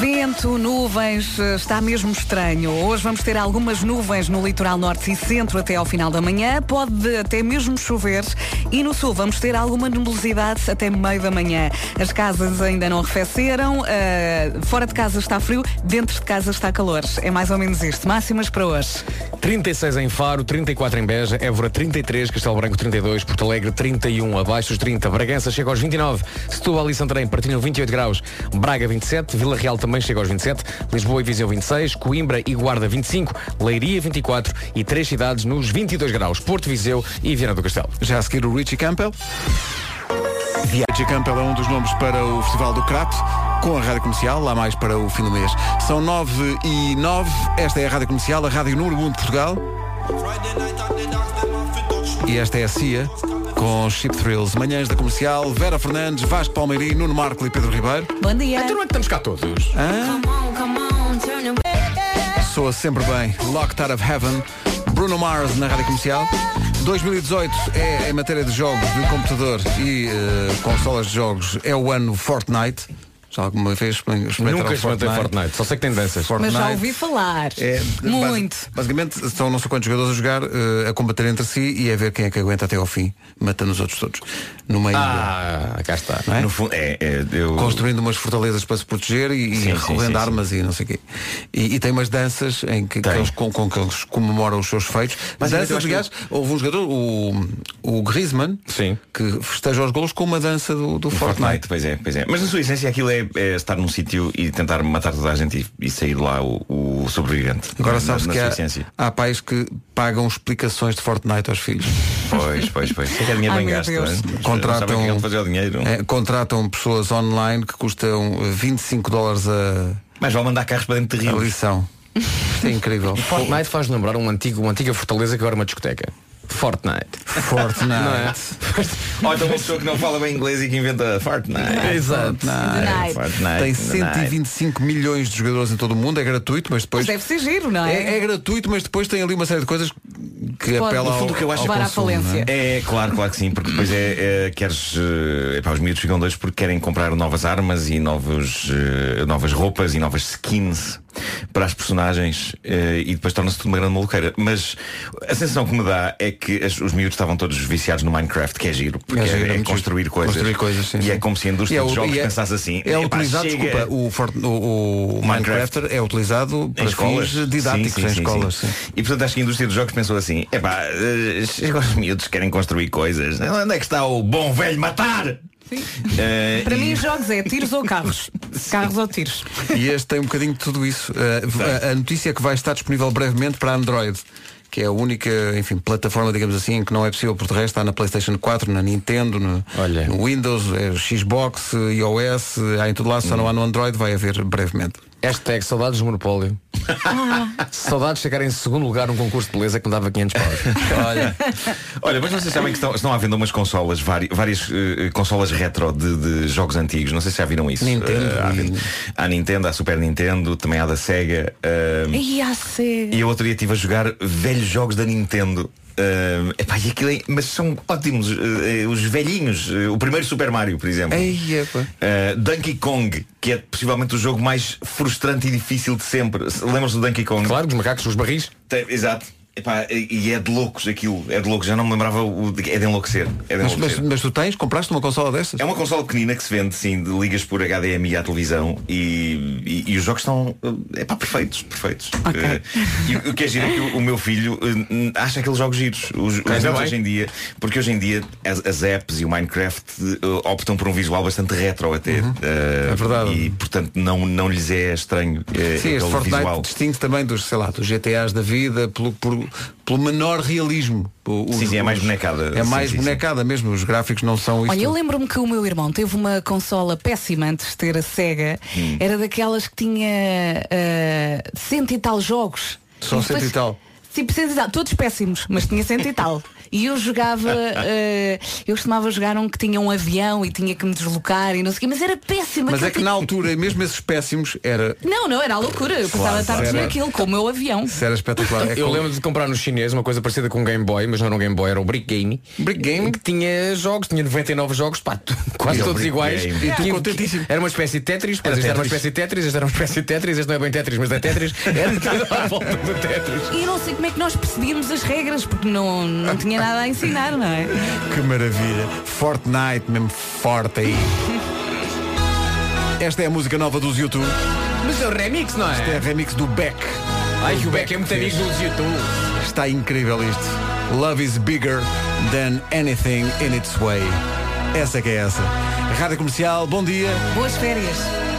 [SPEAKER 2] Vento, nuvens, eh, está mesmo estranho. Hoje vamos ter algumas nuvens no litoral norte e centro até ao final da manhã. Pode até mesmo chover. E no sul vamos ter alguma nebulosidade até meio da manhã. As casas ainda não arrefeceram. eh, fora de casa está frio, dentro de casa está calor. É mais ou menos isto. Máximas para hoje.
[SPEAKER 6] 36 em Faro, 34 em Beja, Évora 33, Castelo Branco 32, Porto Alegre 31, abaixo dos 30, Bragança chega aos 29, Setúbal e Santarém partilham 28 graus, Braga 27, Vila Real também chega aos 27, Lisboa e Viseu 26, Coimbra e Guarda 25, Leiria 24 e três cidades nos 22 graus, Porto Viseu e Viana do Castelo.
[SPEAKER 1] Já a seguir o Richie Campbell. Richie Campbell é um dos nomes para o Festival do Crato, com a Rádio Comercial, lá mais para o fim do mês. São 9 e 9, esta é a Rádio Comercial, a Rádio Número 1 de Portugal. E esta é a CIA, com Chip Thrills. Manhãs da Comercial, Vera Fernandes, Vasco Palmeiri, Nuno Marco e Pedro Ribeiro.
[SPEAKER 2] Bom dia.
[SPEAKER 6] Então não é que estamos cá todos?
[SPEAKER 1] Soa sempre bem. Locked Out of Heaven, Bruno Mars na Rádio Comercial. 2018 é, em matéria de jogos de computador e eh, consolas de jogos, é o ano Fortnite. Já alguma vez experim- experimentaram
[SPEAKER 6] Nunca experimentei
[SPEAKER 1] Fortnite?
[SPEAKER 6] Fortnite, só sei que tem danças.
[SPEAKER 1] Fortnite
[SPEAKER 2] Mas já ouvi falar.
[SPEAKER 1] é,
[SPEAKER 2] Muito.
[SPEAKER 1] basi- Basicamente, são não sei quantos jogadores a jogar, eh, a combater entre si e a ver quem é que aguenta até ao fim, matando os outros todos. No meio.
[SPEAKER 6] Ah, cá está.
[SPEAKER 1] não é?
[SPEAKER 5] No fundo, é, é, eu...
[SPEAKER 1] Construindo umas fortalezas para se proteger e, e
[SPEAKER 5] Sim, sim,
[SPEAKER 1] recolhendo
[SPEAKER 5] sim, sim.
[SPEAKER 1] armas e não sei o quê. E, e tem umas danças em que, que
[SPEAKER 5] Tem.
[SPEAKER 1] eles, com, com que eles comemoram os seus feitos.
[SPEAKER 5] Mas, eu
[SPEAKER 1] danças,
[SPEAKER 5] acho que
[SPEAKER 1] aliás, houve um jogador, o, o Griezmann,
[SPEAKER 6] Sim.
[SPEAKER 1] que festeja os golos com uma dança do, do Fortnite.
[SPEAKER 5] Fortnite, pois é, pois é. Mas na sua essência aquilo é, é estar num sítio e tentar matar toda a gente e, e sair lá o, o sobrevivente.
[SPEAKER 1] Agora
[SPEAKER 5] Na-
[SPEAKER 1] sabes
[SPEAKER 5] na,
[SPEAKER 1] que
[SPEAKER 5] sua
[SPEAKER 1] há,
[SPEAKER 5] essência.
[SPEAKER 1] há pais que pagam explicações de Fortnite aos filhos.
[SPEAKER 5] Pois, pois, pois. É que é dinheiro
[SPEAKER 2] Ai,
[SPEAKER 5] bem
[SPEAKER 2] meu
[SPEAKER 5] gasto,
[SPEAKER 2] Deus.
[SPEAKER 5] não é? Mas
[SPEAKER 1] Contratam-
[SPEAKER 5] sabem quem é que fazer o dinheiro.
[SPEAKER 1] Eh, contratam pessoas online que custam eh, 25 dólares a,
[SPEAKER 5] Mas vão mandar carros para dentro de
[SPEAKER 1] a
[SPEAKER 5] rios.
[SPEAKER 1] lição. Isto é incrível.
[SPEAKER 6] Fortnite faz lembrar um antigo, uma antiga fortaleza que agora é uma discoteca. Fortnite. é?
[SPEAKER 1] Fortnite.
[SPEAKER 5] é? Ou então uma pessoa que não fala bem inglês e que inventa Fortnite.
[SPEAKER 6] Exato.
[SPEAKER 2] Night.
[SPEAKER 5] Fortnite.
[SPEAKER 1] Tem
[SPEAKER 5] Fortnite.
[SPEAKER 1] 125 milhões de jogadores em todo o mundo, é gratuito, mas depois.
[SPEAKER 2] Mas deve ser giro, não é?
[SPEAKER 1] É, é gratuito, mas depois tem ali uma série de coisas que que
[SPEAKER 2] Pode.
[SPEAKER 1] apela
[SPEAKER 2] No
[SPEAKER 1] ao,
[SPEAKER 5] fundo, o que eu acho
[SPEAKER 1] ao
[SPEAKER 2] é que-
[SPEAKER 1] consumo,
[SPEAKER 2] Levar à falência.
[SPEAKER 1] não é?
[SPEAKER 5] É, claro, claro que sim, porque depois é, é, queres. eh, epá, os miúdos ficam dois porque querem comprar novas armas e novos, eh, novas roupas e novas skins para as personagens eh, e depois torna-se tudo uma grande maluqueira. Mas a sensação que me dá é que as- os miúdos estavam todos viciados no Minecraft, que é giro, porque é,
[SPEAKER 1] giro, é
[SPEAKER 5] é
[SPEAKER 1] muito
[SPEAKER 5] construir
[SPEAKER 1] giro.
[SPEAKER 5] coisas.
[SPEAKER 1] Construir coisas, sim,
[SPEAKER 5] e
[SPEAKER 1] sim.
[SPEAKER 5] é como se a indústria
[SPEAKER 1] E é
[SPEAKER 5] de
[SPEAKER 1] o-
[SPEAKER 5] jogos
[SPEAKER 1] e é-
[SPEAKER 5] pensasse assim.
[SPEAKER 1] É
[SPEAKER 5] "Epá,
[SPEAKER 1] utilizado,
[SPEAKER 5] chega."
[SPEAKER 1] desculpa, o, Fort- o- o
[SPEAKER 5] Minecraft.
[SPEAKER 1] Minecraft é utilizado para fins didáticos
[SPEAKER 5] Sim, sim,
[SPEAKER 1] em
[SPEAKER 5] sim,
[SPEAKER 1] escolas.
[SPEAKER 5] sim.
[SPEAKER 1] sim.
[SPEAKER 5] E portanto acho que a indústria dos jogos pensou assim, epá, eh, chegam os miúdos que querem construir coisas. Onde é que está o bom velho matar? Eh,
[SPEAKER 2] Para
[SPEAKER 5] e-
[SPEAKER 2] mim, jogos é tiros ou carros. carros ou tiros.
[SPEAKER 1] E este tem um bocadinho de tudo isso. Uh, v- a- a, notícia é que vai estar disponível brevemente para Android, que é a única, enfim, plataforma, digamos assim, que não é possível por resto, está na PlayStation 4, na Nintendo, no,
[SPEAKER 6] Olha.
[SPEAKER 1] no Windows, eh, Xbox, eh, iOS, eh, há em tudo lá, só não há no Android, vai haver brevemente.
[SPEAKER 6] Hashtag saudades do monopólio. saudades de chegar em segundo lugar num concurso de beleza que me dava 500 paus.
[SPEAKER 5] Olha, olha, mas vocês sabem que estão, estão à venda umas consolas, vari- várias, eh, consolas retro de, de jogos antigos. Não sei se já viram isso.
[SPEAKER 1] Nintendo.
[SPEAKER 5] Eh, à venda. há a Nintendo, há a Super Nintendo, também há da Sega. eh,
[SPEAKER 9] E a ser.
[SPEAKER 5] E eu outro dia estive a jogar velhos jogos da Nintendo. Ah, epá, e aquilo é- mas são ótimos. eh, eh, os velhinhos. eh, o primeiro Super Mario, por exemplo.
[SPEAKER 1] Ei, epa.
[SPEAKER 5] Ah, Donkey Kong, que é possivelmente o jogo mais frustrante e difícil de sempre. Lembram-se do Donkey Kong?
[SPEAKER 6] Claro, os macacos, os barris.
[SPEAKER 5] Tem- exato. Epá, e e é de loucos aquilo. É de loucos. Já não me lembrava. O, de- é de enlouquecer. É
[SPEAKER 1] Mas,
[SPEAKER 5] de
[SPEAKER 1] mas-
[SPEAKER 5] enlouquecer.
[SPEAKER 1] mas tu tens? Compraste uma consola dessas?
[SPEAKER 5] É uma consola pequenina que se vende, sim, de ligas por HDMI à televisão e, e- e os jogos estão é pá, perfeitos, perfeitos. Eh, e o- o que é giro é que o, o meu filho eh, n- acha aqueles jogos giros. Os, os
[SPEAKER 6] Ainda
[SPEAKER 5] miúdos
[SPEAKER 6] bem.
[SPEAKER 5] hoje em dia, porque hoje em dia as, as apps e o Minecraft eh, optam por um visual bastante retro até. Eh,
[SPEAKER 1] É verdade.
[SPEAKER 5] E portanto não, não lhes é estranho eh,
[SPEAKER 1] Sim, este
[SPEAKER 5] aquele
[SPEAKER 1] Fortnite
[SPEAKER 5] visual.
[SPEAKER 1] distingue também dos, sei lá, dos GTAs da vida pelo, por- pelo menor realismo. O-
[SPEAKER 5] Sim,
[SPEAKER 1] os-
[SPEAKER 5] sim, é mais
[SPEAKER 1] os-
[SPEAKER 5] bonecada.
[SPEAKER 1] É
[SPEAKER 5] Sim,
[SPEAKER 1] mais
[SPEAKER 5] sim, sim.
[SPEAKER 1] bonecada mesmo, os gráficos não são isto.
[SPEAKER 2] Olha, eu lembro-me que o meu irmão teve uma consola péssima antes de ter a SEGA.
[SPEAKER 1] Hum.
[SPEAKER 2] Era daquelas que tinha eh, cento e tal jogos.
[SPEAKER 1] Só cento
[SPEAKER 2] depois-
[SPEAKER 1] e tal?
[SPEAKER 2] Tipo, cento e tal. Todos péssimos, mas tinha cento e tal. E eu jogava, eh, eu costumava jogar um que tinha um avião e tinha que me deslocar e não sei o quê, mas era péssimo.
[SPEAKER 1] Mas
[SPEAKER 2] aquilo
[SPEAKER 1] é que
[SPEAKER 2] tinha-
[SPEAKER 1] na altura, mesmo esses péssimos, era,
[SPEAKER 2] Não, não, era a loucura. Eu passava a tarde
[SPEAKER 1] claro.
[SPEAKER 2] naquilo, com o meu avião.
[SPEAKER 1] era espetacular. É
[SPEAKER 6] Eu
[SPEAKER 1] com-
[SPEAKER 6] lembro de comprar no chinês uma coisa parecida com um Game Boy, mas não era um Game Boy, era o Brick Game.
[SPEAKER 1] Brick Game?
[SPEAKER 6] Que tinha jogos, tinha 99 jogos, pá, tu- quase
[SPEAKER 5] E o
[SPEAKER 6] todos
[SPEAKER 5] Brick
[SPEAKER 6] iguais.
[SPEAKER 5] Game.
[SPEAKER 1] E tu
[SPEAKER 6] Tinha-
[SPEAKER 1] contentíssimo.
[SPEAKER 6] Era uma espécie de Tetris, pois este era uma
[SPEAKER 1] Tetris.
[SPEAKER 6] espécie de Tetris, este era uma espécie de Tetris, este não é bem Tetris, mas é Tetris. Era tudo à volta do Tetris.
[SPEAKER 2] E eu não sei como é que nós percebíamos as regras, porque não, não tinha nada a ensinar, não é?
[SPEAKER 1] Que maravilha. Fortnite, mesmo forte aí. Esta é a música nova dos YouTube.
[SPEAKER 6] Mas é o remix, não
[SPEAKER 1] É a
[SPEAKER 6] é?
[SPEAKER 1] remix do Beck.
[SPEAKER 6] Ai, que o Beck é muito amigo dos YouTube.
[SPEAKER 1] Está incrível isto. Love is bigger than anything in its way. Essa que é essa. Rádio Comercial, bom dia.
[SPEAKER 2] Boas férias.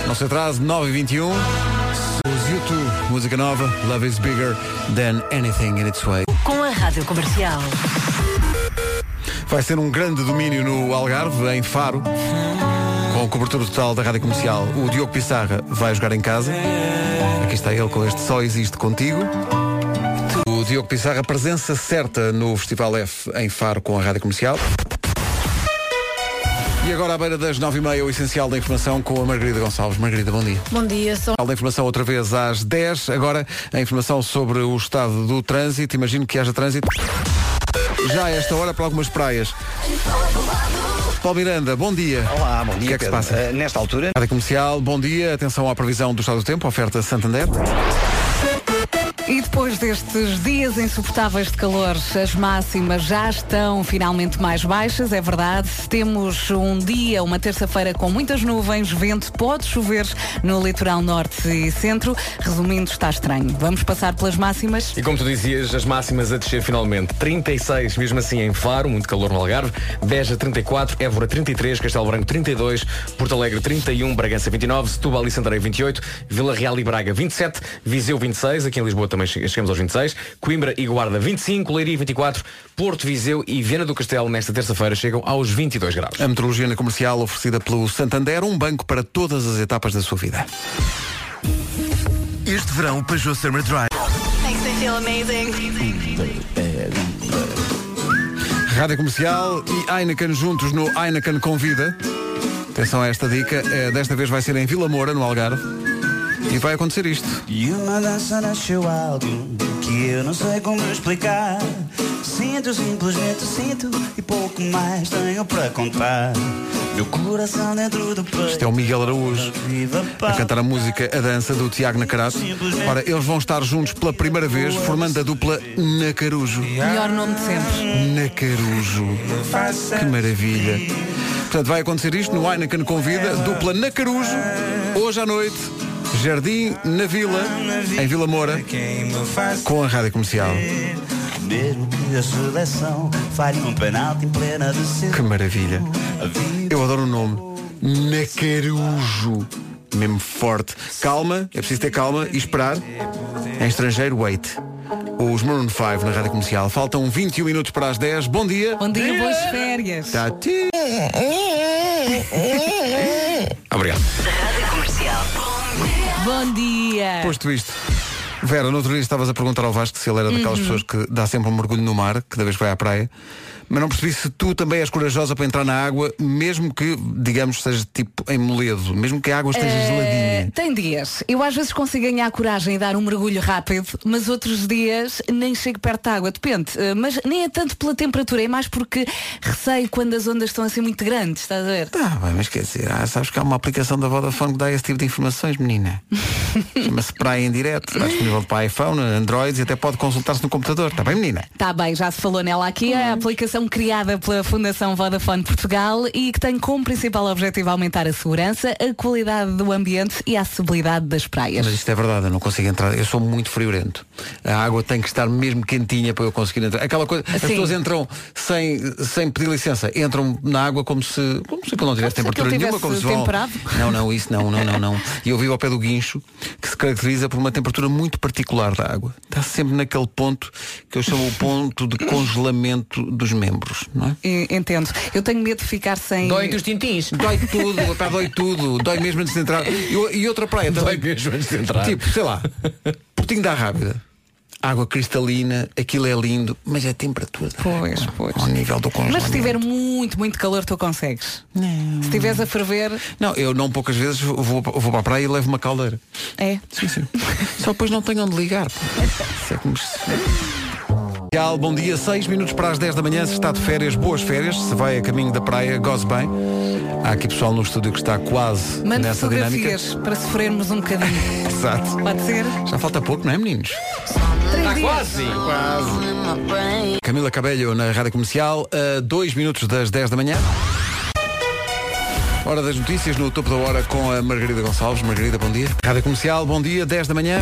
[SPEAKER 1] Não se atrase, 9h21. Os YouTube, música nova. Love is bigger than anything in its way.
[SPEAKER 10] Com a Rádio Comercial.
[SPEAKER 1] Vai ser um grande domínio no Algarve, em Faro. Com a cobertura total da Rádio Comercial, o Diogo Pissarra vai jogar em casa. Aqui está ele com este Só Existe Contigo. O Diogo Pissarra, presença certa no Festival F em Faro com a Rádio Comercial. E agora, à beira das 9h30, o Essencial da Informação com a Margarida Gonçalves. Margarida, bom dia.
[SPEAKER 9] Bom dia, são
[SPEAKER 1] A informação outra vez às 10. Agora, a informação sobre o estado do trânsito. Imagino que haja trânsito. Já a esta hora para algumas praias. Paulo Miranda, bom dia.
[SPEAKER 3] Olá, bom dia.
[SPEAKER 1] O que é que se
[SPEAKER 3] Pedro.
[SPEAKER 1] passa?
[SPEAKER 3] Eh, nesta altura,
[SPEAKER 1] Rádio Comercial, bom dia. Atenção à previsão do estado do tempo, oferta Santander.
[SPEAKER 2] E depois destes dias insuportáveis de calor, as máximas já estão finalmente mais baixas, é verdade. Temos um dia, uma terça-feira com muitas nuvens, vento, pode chover no litoral norte e centro. Resumindo, está estranho. Vamos passar pelas máximas.
[SPEAKER 6] E como tu dizias, as máximas a descer finalmente. 36, mesmo assim em Faro, muito calor no Algarve. Beja 34, Évora 33, Castelo Branco 32, Porto Alegre 31, Bragança 29, Setúbal e Santarém 28, Vila Real e Braga 27, Viseu 26, aqui em Lisboa também che- chegamos aos 26, Coimbra e Guarda 25, Leiria 24, Porto Viseu e Viana do Castelo nesta terça-feira chegam aos 22 graus.
[SPEAKER 1] A meteorologia na comercial oferecida pelo Santander, um banco para todas as etapas da sua vida.
[SPEAKER 8] Este verão, Peugeot Summer Drive.
[SPEAKER 10] Makes me feel amazing.
[SPEAKER 1] Rádio Comercial e Heineken juntos no Heineken Convida. Atenção a esta dica, eh, desta vez vai ser em Vila Moura, no Algarve. E vai acontecer isto.
[SPEAKER 11] E uma dança nasceu algo que eu não sei como explicar. Sinto, simplesmente sinto e pouco mais tenho para contar. Meu coração dentro do peito.
[SPEAKER 1] Isto é o Miguel Araújo a cantar a música A Dança do Tiago Nacarato. Ora, eles vão estar juntos pela primeira vez, formando a dupla Nacarujo.
[SPEAKER 2] Melhor nome de sempre.
[SPEAKER 1] Nacarujo. Que maravilha. Portanto, vai acontecer isto no Heineken Convida, dupla Nacarujo, hoje à noite, Jardim na Vila, em Vila Moura, com a Rádio Comercial.
[SPEAKER 11] Mesmo que a seleção falhe um penalti em plena decisão.
[SPEAKER 1] Que maravilha. Eu adoro o nome. Nacarujo. Mesmo forte. Calma, é preciso ter calma e esperar. Em estrangeiro, wait. Os Maroon 5 na rádio comercial. Faltam 21 minutos para as 10. Bom dia.
[SPEAKER 2] Bom dia, boas férias.
[SPEAKER 1] Tá. Tati. Obrigado.
[SPEAKER 10] Rádio Comercial.
[SPEAKER 2] Bom dia.
[SPEAKER 1] Posto isto. Vera, no outro dia estavas a perguntar ao Vasco se ele era daquelas pessoas que dá sempre um mergulho no mar, cada vez que vai à praia, mas não percebi se tu também és corajosa para entrar na água, mesmo que, digamos, seja tipo em moledo, mesmo que a água esteja
[SPEAKER 2] Eh,
[SPEAKER 1] geladinha.
[SPEAKER 2] tem dias. Eu às vezes consigo ganhar coragem e dar um mergulho rápido, mas outros dias nem chego perto da água. Depende. eh, mas nem é tanto pela temperatura, é mais porque receio quando as ondas estão assim muito grandes, estás a ver?
[SPEAKER 1] Ah, bem, mas quer dizer, ah, sabes que há uma aplicação da Vodafone que dá esse tipo de informações, menina. Chama-se Praia em Direto. Está disponível para iPhone, Android e até pode consultar-se no computador. Está bem, menina?
[SPEAKER 2] Está Tá bem, já se falou nela aqui, é a aplicação criada pela Fundação Vodafone Portugal e que tem como principal objetivo aumentar a segurança, a qualidade do ambiente e a acessibilidade das praias.
[SPEAKER 1] Mas isto é verdade, eu não consigo entrar. Eu sou muito friorento. A água tem que estar mesmo quentinha para eu conseguir entrar. Aquela coisa, as
[SPEAKER 2] Sim.
[SPEAKER 1] pessoas entram sem, sem pedir licença, entram na água como se, como se aquilo não tivesse
[SPEAKER 2] Como se
[SPEAKER 1] temperatura
[SPEAKER 2] aquilo
[SPEAKER 1] nenhuma,
[SPEAKER 2] tivesse
[SPEAKER 1] como se vão.
[SPEAKER 2] temperado.
[SPEAKER 1] Não, não, isso não, não, não, não. E eu vivo ao pé do guincho, que se caracteriza por uma temperatura muito particular da água. Está sempre naquele ponto que eu chamo o ponto de congelamento dos membros, não é?
[SPEAKER 2] E- Entendo. Eu tenho medo de ficar sem.
[SPEAKER 6] tintins.
[SPEAKER 1] Dói tudo, rapaz, dói tudo, dói mesmo antes de entrar. E, o- e outra praia também.
[SPEAKER 6] Dói mesmo antes de entrar.
[SPEAKER 1] Tipo, sei lá, Portinho da Rábida. Água cristalina, aquilo é lindo, mas é a temperatura. da
[SPEAKER 2] Pois,
[SPEAKER 1] água,
[SPEAKER 2] pois.
[SPEAKER 1] Ao nível do congelamento.
[SPEAKER 2] Mas se tiver um- muito, muito calor, tu consegues. Não. Se estiveres a ferver,
[SPEAKER 1] Não, eu não poucas vezes vou, vou para a praia e levo uma caldeira.
[SPEAKER 2] é.
[SPEAKER 1] Sim, sim. Só depois não tenho onde ligar. Isso é como se- Tchau, Bom dia, 6 minutos para as 10 da manhã, se está de férias, boas férias, se vai a caminho da praia, goze bem. Há aqui pessoal no estúdio que está quase
[SPEAKER 2] Mande
[SPEAKER 1] nessa dinâmica.
[SPEAKER 2] fotografias para sofrermos um bocadinho.
[SPEAKER 1] Exato.
[SPEAKER 2] Pode ser?
[SPEAKER 6] Eh,
[SPEAKER 1] Já falta pouco, não é, meninos?
[SPEAKER 2] Três dias.
[SPEAKER 1] Camila Cabelho na Rádio Comercial, a 2 minutos das 10 da manhã. Hora das notícias no topo da hora com a Margarida Gonçalves. Margarida, bom dia. Rádio Comercial, bom dia, 10 da manhã.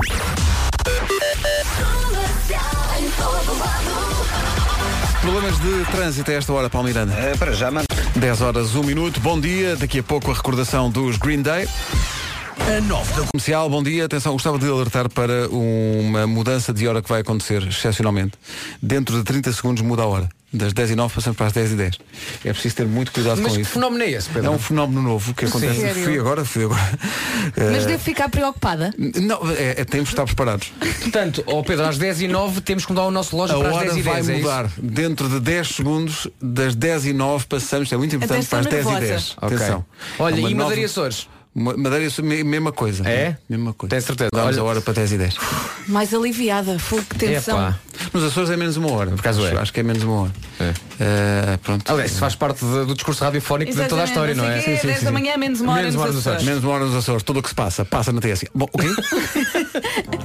[SPEAKER 1] Problemas de trânsito a esta hora, Paulo Miranda.
[SPEAKER 3] Eh, para já, mano.
[SPEAKER 1] 10 horas, 1 minuto, bom dia. Daqui a pouco a recordação dos Green Day. A 9 da comercial, bom dia. Atenção, gostava de alertar para uma mudança de hora que vai acontecer, excepcionalmente. Dentro de 30 segundos muda a hora. Das 10 e 9 passamos para as 10 e 10. É preciso ter muito cuidado
[SPEAKER 6] Mas
[SPEAKER 1] com
[SPEAKER 6] que
[SPEAKER 1] isso.
[SPEAKER 6] fenómeno é esse, Pedro?
[SPEAKER 1] É um fenómeno novo que acontece.
[SPEAKER 2] Sério?
[SPEAKER 1] Fui agora, fui agora.
[SPEAKER 2] Mas
[SPEAKER 1] Eh,
[SPEAKER 2] devo ficar preocupada?
[SPEAKER 1] Não, é, é, temos de estar preparados.
[SPEAKER 6] Portanto, ó Pedro, às 10 e 09 temos que mudar o nosso loja
[SPEAKER 1] A
[SPEAKER 6] para as
[SPEAKER 1] hora
[SPEAKER 6] 10 e 10.
[SPEAKER 1] vai
[SPEAKER 6] é isso?
[SPEAKER 1] mudar. Dentro de 10 segundos, das 10 e 9 passamos, é muito importante,
[SPEAKER 2] Atenção
[SPEAKER 1] para as 10 e
[SPEAKER 2] nervosa.
[SPEAKER 1] 10.
[SPEAKER 6] Ok.
[SPEAKER 1] Atenção.
[SPEAKER 6] Olha,
[SPEAKER 1] Há uma
[SPEAKER 6] e
[SPEAKER 1] nova-
[SPEAKER 6] Madeira e Açores?
[SPEAKER 1] Ma- Madeira, isso, me- mesma coisa.
[SPEAKER 6] É?
[SPEAKER 1] Mesma coisa.
[SPEAKER 6] Tenho certeza.
[SPEAKER 1] Damos
[SPEAKER 6] Olha-
[SPEAKER 1] a hora para 10 e 10.
[SPEAKER 2] Mais aliviada, fogo que tensão.
[SPEAKER 6] Epá.
[SPEAKER 1] Nos Açores é menos uma hora. Por
[SPEAKER 6] acaso é.
[SPEAKER 1] Acho que é menos uma hora.
[SPEAKER 6] É.
[SPEAKER 1] Eh, pronto.
[SPEAKER 6] Aliás, É, isso faz parte de- do discurso radiofónico de toda a história, não é?
[SPEAKER 2] Exatamente, sei quê, 10 da manhã, menos uma hora
[SPEAKER 6] Menos
[SPEAKER 2] nos
[SPEAKER 6] uma hora nos
[SPEAKER 2] Açores.
[SPEAKER 1] Menos uma hora nos Açores. Tudo o que se passa, passa na TSE. Bom, o quê?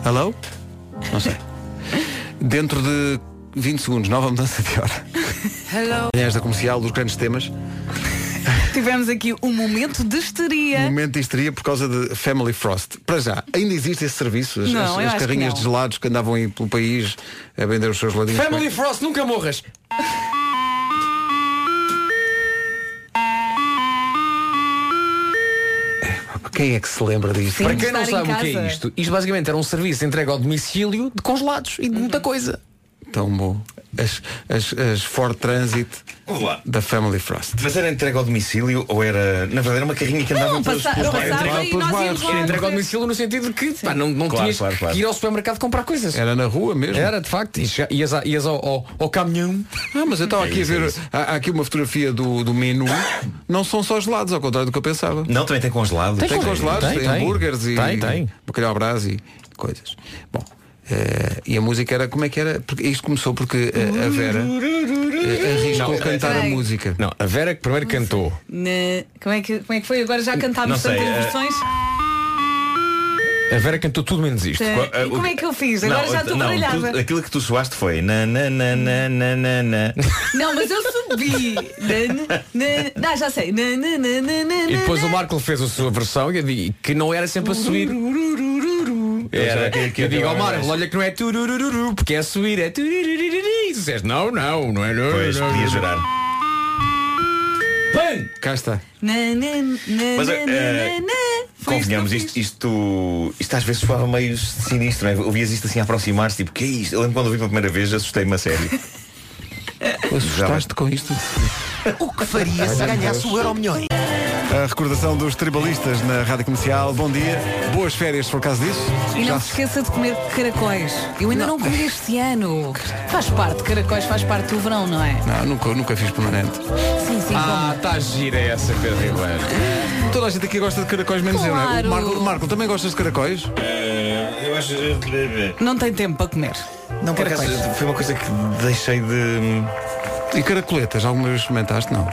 [SPEAKER 1] Hello? Não sei. Dentro de 20 segundos, nova mudança de hora.
[SPEAKER 2] Hello.
[SPEAKER 1] Aliás, da comercial, dos grandes temas.
[SPEAKER 2] Tivemos aqui um momento de histeria.
[SPEAKER 1] Momento de histeria por causa de Family Frost. Para já, ainda existe esse serviço? As,
[SPEAKER 2] Não,
[SPEAKER 1] as-
[SPEAKER 2] eu
[SPEAKER 1] as
[SPEAKER 2] acho que
[SPEAKER 1] carrinhas
[SPEAKER 2] não.
[SPEAKER 1] de gelados que andavam aí pelo país a vender os seus geladinhos.
[SPEAKER 6] Family Frost, nunca morras!
[SPEAKER 1] Quem é que se lembra disto?
[SPEAKER 2] Sim,
[SPEAKER 6] Para quem não
[SPEAKER 2] estar em
[SPEAKER 6] sabe o que é
[SPEAKER 2] casa.
[SPEAKER 6] isto, isto basicamente era um serviço entregue ao domicílio de congelados e de muita coisa.
[SPEAKER 1] Uhum. Tão bom. As, as, as Ford Transit
[SPEAKER 5] Olá.
[SPEAKER 1] da Family Frost.
[SPEAKER 5] Mas era entregue ao domicílio ou era. Na verdade, era uma carrinha que andava
[SPEAKER 2] Um
[SPEAKER 6] Não,
[SPEAKER 5] pelos
[SPEAKER 6] passa-
[SPEAKER 5] pelos
[SPEAKER 6] não,
[SPEAKER 2] Ah,
[SPEAKER 5] bairros.
[SPEAKER 6] passava e nós íamos lá. Era entregue ao domicílio no sentido de que pá, não, não
[SPEAKER 5] Claro,
[SPEAKER 6] tinhas
[SPEAKER 5] claro, claro.
[SPEAKER 6] que ir ao supermercado comprar coisas.
[SPEAKER 1] Era na rua mesmo?
[SPEAKER 6] Era, de facto. E chega- ias, a- ias ao, ao, ao caminhão.
[SPEAKER 1] Ah, mas eu estava
[SPEAKER 6] É
[SPEAKER 1] aqui a
[SPEAKER 6] isso,
[SPEAKER 1] ver.
[SPEAKER 6] é isso.
[SPEAKER 1] há, há aqui uma fotografia do, do menu. Não são só gelados, ao contrário do que eu pensava.
[SPEAKER 5] Não, também tem congelado.
[SPEAKER 1] Tem, congelados, tem, hambúrgueres e
[SPEAKER 5] Tem, tem.
[SPEAKER 1] bacalhau à brás e coisas. Bom, eh, e a música era como é que era? Porque isto começou porque eh, a, Vera eh, arriscou
[SPEAKER 6] Não,
[SPEAKER 1] cantar a
[SPEAKER 2] Bem.
[SPEAKER 1] música.
[SPEAKER 6] Não, a Vera que primeiro cantou.
[SPEAKER 2] Na- Como, é que, como é que foi? Agora já cantámos
[SPEAKER 6] sei,
[SPEAKER 2] tantas
[SPEAKER 6] eh,
[SPEAKER 2] versões.
[SPEAKER 6] A Vera cantou tudo menos isto.
[SPEAKER 2] Tem. E como é que eu fiz? Agora já estou
[SPEAKER 5] eh, não,
[SPEAKER 2] baralhada.
[SPEAKER 5] tu- Aquilo que tu soaste foi. Na, na, na, na, na, na, na.
[SPEAKER 2] Não, mas eu subi. Na- na- na- Ah, já sei. Na- na- na- na- na-
[SPEAKER 6] E depois o Marco fez a sua versão e eu digo, que não era sempre a subir. Era,
[SPEAKER 5] que- que-
[SPEAKER 6] eu digo ao
[SPEAKER 5] que-
[SPEAKER 6] Marco, olha que não é turururu, porque é a subir, é turururu. E tu disseste, não, não, não é. Não,
[SPEAKER 5] Pois,
[SPEAKER 6] não,
[SPEAKER 5] podia
[SPEAKER 6] não.
[SPEAKER 5] jurar.
[SPEAKER 6] Pan!
[SPEAKER 1] Cá está.
[SPEAKER 2] na- na- na-
[SPEAKER 5] Mas,
[SPEAKER 2] na-
[SPEAKER 5] eh,
[SPEAKER 2] na- na- Foi isto que eu
[SPEAKER 5] Convenhamos,
[SPEAKER 2] fiz.
[SPEAKER 5] isto, isto, isto às vezes soava meio sinistro, não é? Ouvias isto assim a aproximar-se, tipo, que é isto? Eu lembro quando ouvi pela primeira vez, assustei-me a sério.
[SPEAKER 1] Assustaste com isto?
[SPEAKER 8] O que faria se ganhasse o Euro Milhões?
[SPEAKER 1] A recordação dos tribalistas na Rádio Comercial. Bom dia, boas férias por causa disso.
[SPEAKER 2] E
[SPEAKER 1] Já
[SPEAKER 2] não se esqueça de comer caracóis. Eu ainda não, comi este ano. Faz parte, caracóis faz parte do verão, não é?
[SPEAKER 1] Não, Ah, nunca, nunca fiz permanente.
[SPEAKER 2] Sim, sim,
[SPEAKER 6] Ah, está gira essa, Pedro Ribeiro.
[SPEAKER 1] Toda a gente aqui gosta de caracóis, menos eu, não é?
[SPEAKER 2] Claro.
[SPEAKER 1] O Marco, Marco, também gostas de caracóis?
[SPEAKER 5] Eu acho.
[SPEAKER 2] como. Não tem tempo para comer.
[SPEAKER 5] Não, por acaso,
[SPEAKER 2] Caracóis.
[SPEAKER 5] foi uma coisa que deixei de.
[SPEAKER 1] E caracoletas, alguma vez experimentaste? Não.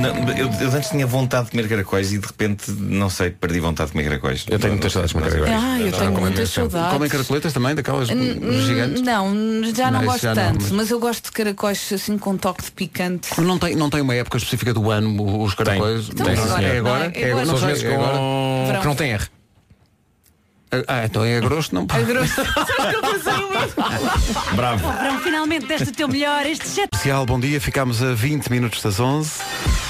[SPEAKER 5] Não, eu, eu antes tinha vontade de comer caracóis e de repente, não sei, perdi vontade de comer caracóis.
[SPEAKER 6] Eu tenho
[SPEAKER 5] Não-
[SPEAKER 6] muitas saudades de comer
[SPEAKER 5] não-
[SPEAKER 6] caracóis.
[SPEAKER 2] Ah, eu
[SPEAKER 5] não-
[SPEAKER 2] tenho
[SPEAKER 5] não-
[SPEAKER 2] muitas saudades.
[SPEAKER 1] Comem caracoletas também, daquelas
[SPEAKER 2] Hum,
[SPEAKER 1] gigantes?
[SPEAKER 2] Não, já não,
[SPEAKER 1] Não, isso
[SPEAKER 2] gosto
[SPEAKER 1] já não,
[SPEAKER 2] tanto,
[SPEAKER 1] mas-
[SPEAKER 2] mas... eu gosto de caracóis assim com um toque de picante.
[SPEAKER 1] Não tem, não tem uma época específica do ano os caracóis?
[SPEAKER 2] Então,
[SPEAKER 1] Não,
[SPEAKER 2] mas agora,
[SPEAKER 1] é
[SPEAKER 2] não
[SPEAKER 1] agora?
[SPEAKER 2] é? É
[SPEAKER 1] Não
[SPEAKER 2] agora.
[SPEAKER 6] São os
[SPEAKER 1] sei,
[SPEAKER 6] meses
[SPEAKER 1] é agora?
[SPEAKER 6] com...
[SPEAKER 2] Verão.
[SPEAKER 6] que não tem R.
[SPEAKER 1] Ah, então é grosso, não
[SPEAKER 2] A grosso. Sabes que eu pensei o mesmo?
[SPEAKER 5] Bravo.
[SPEAKER 10] Verão, finalmente deste o teu melhor. Este já
[SPEAKER 1] Especial, bom dia, ficámos a 20 minutos das 11.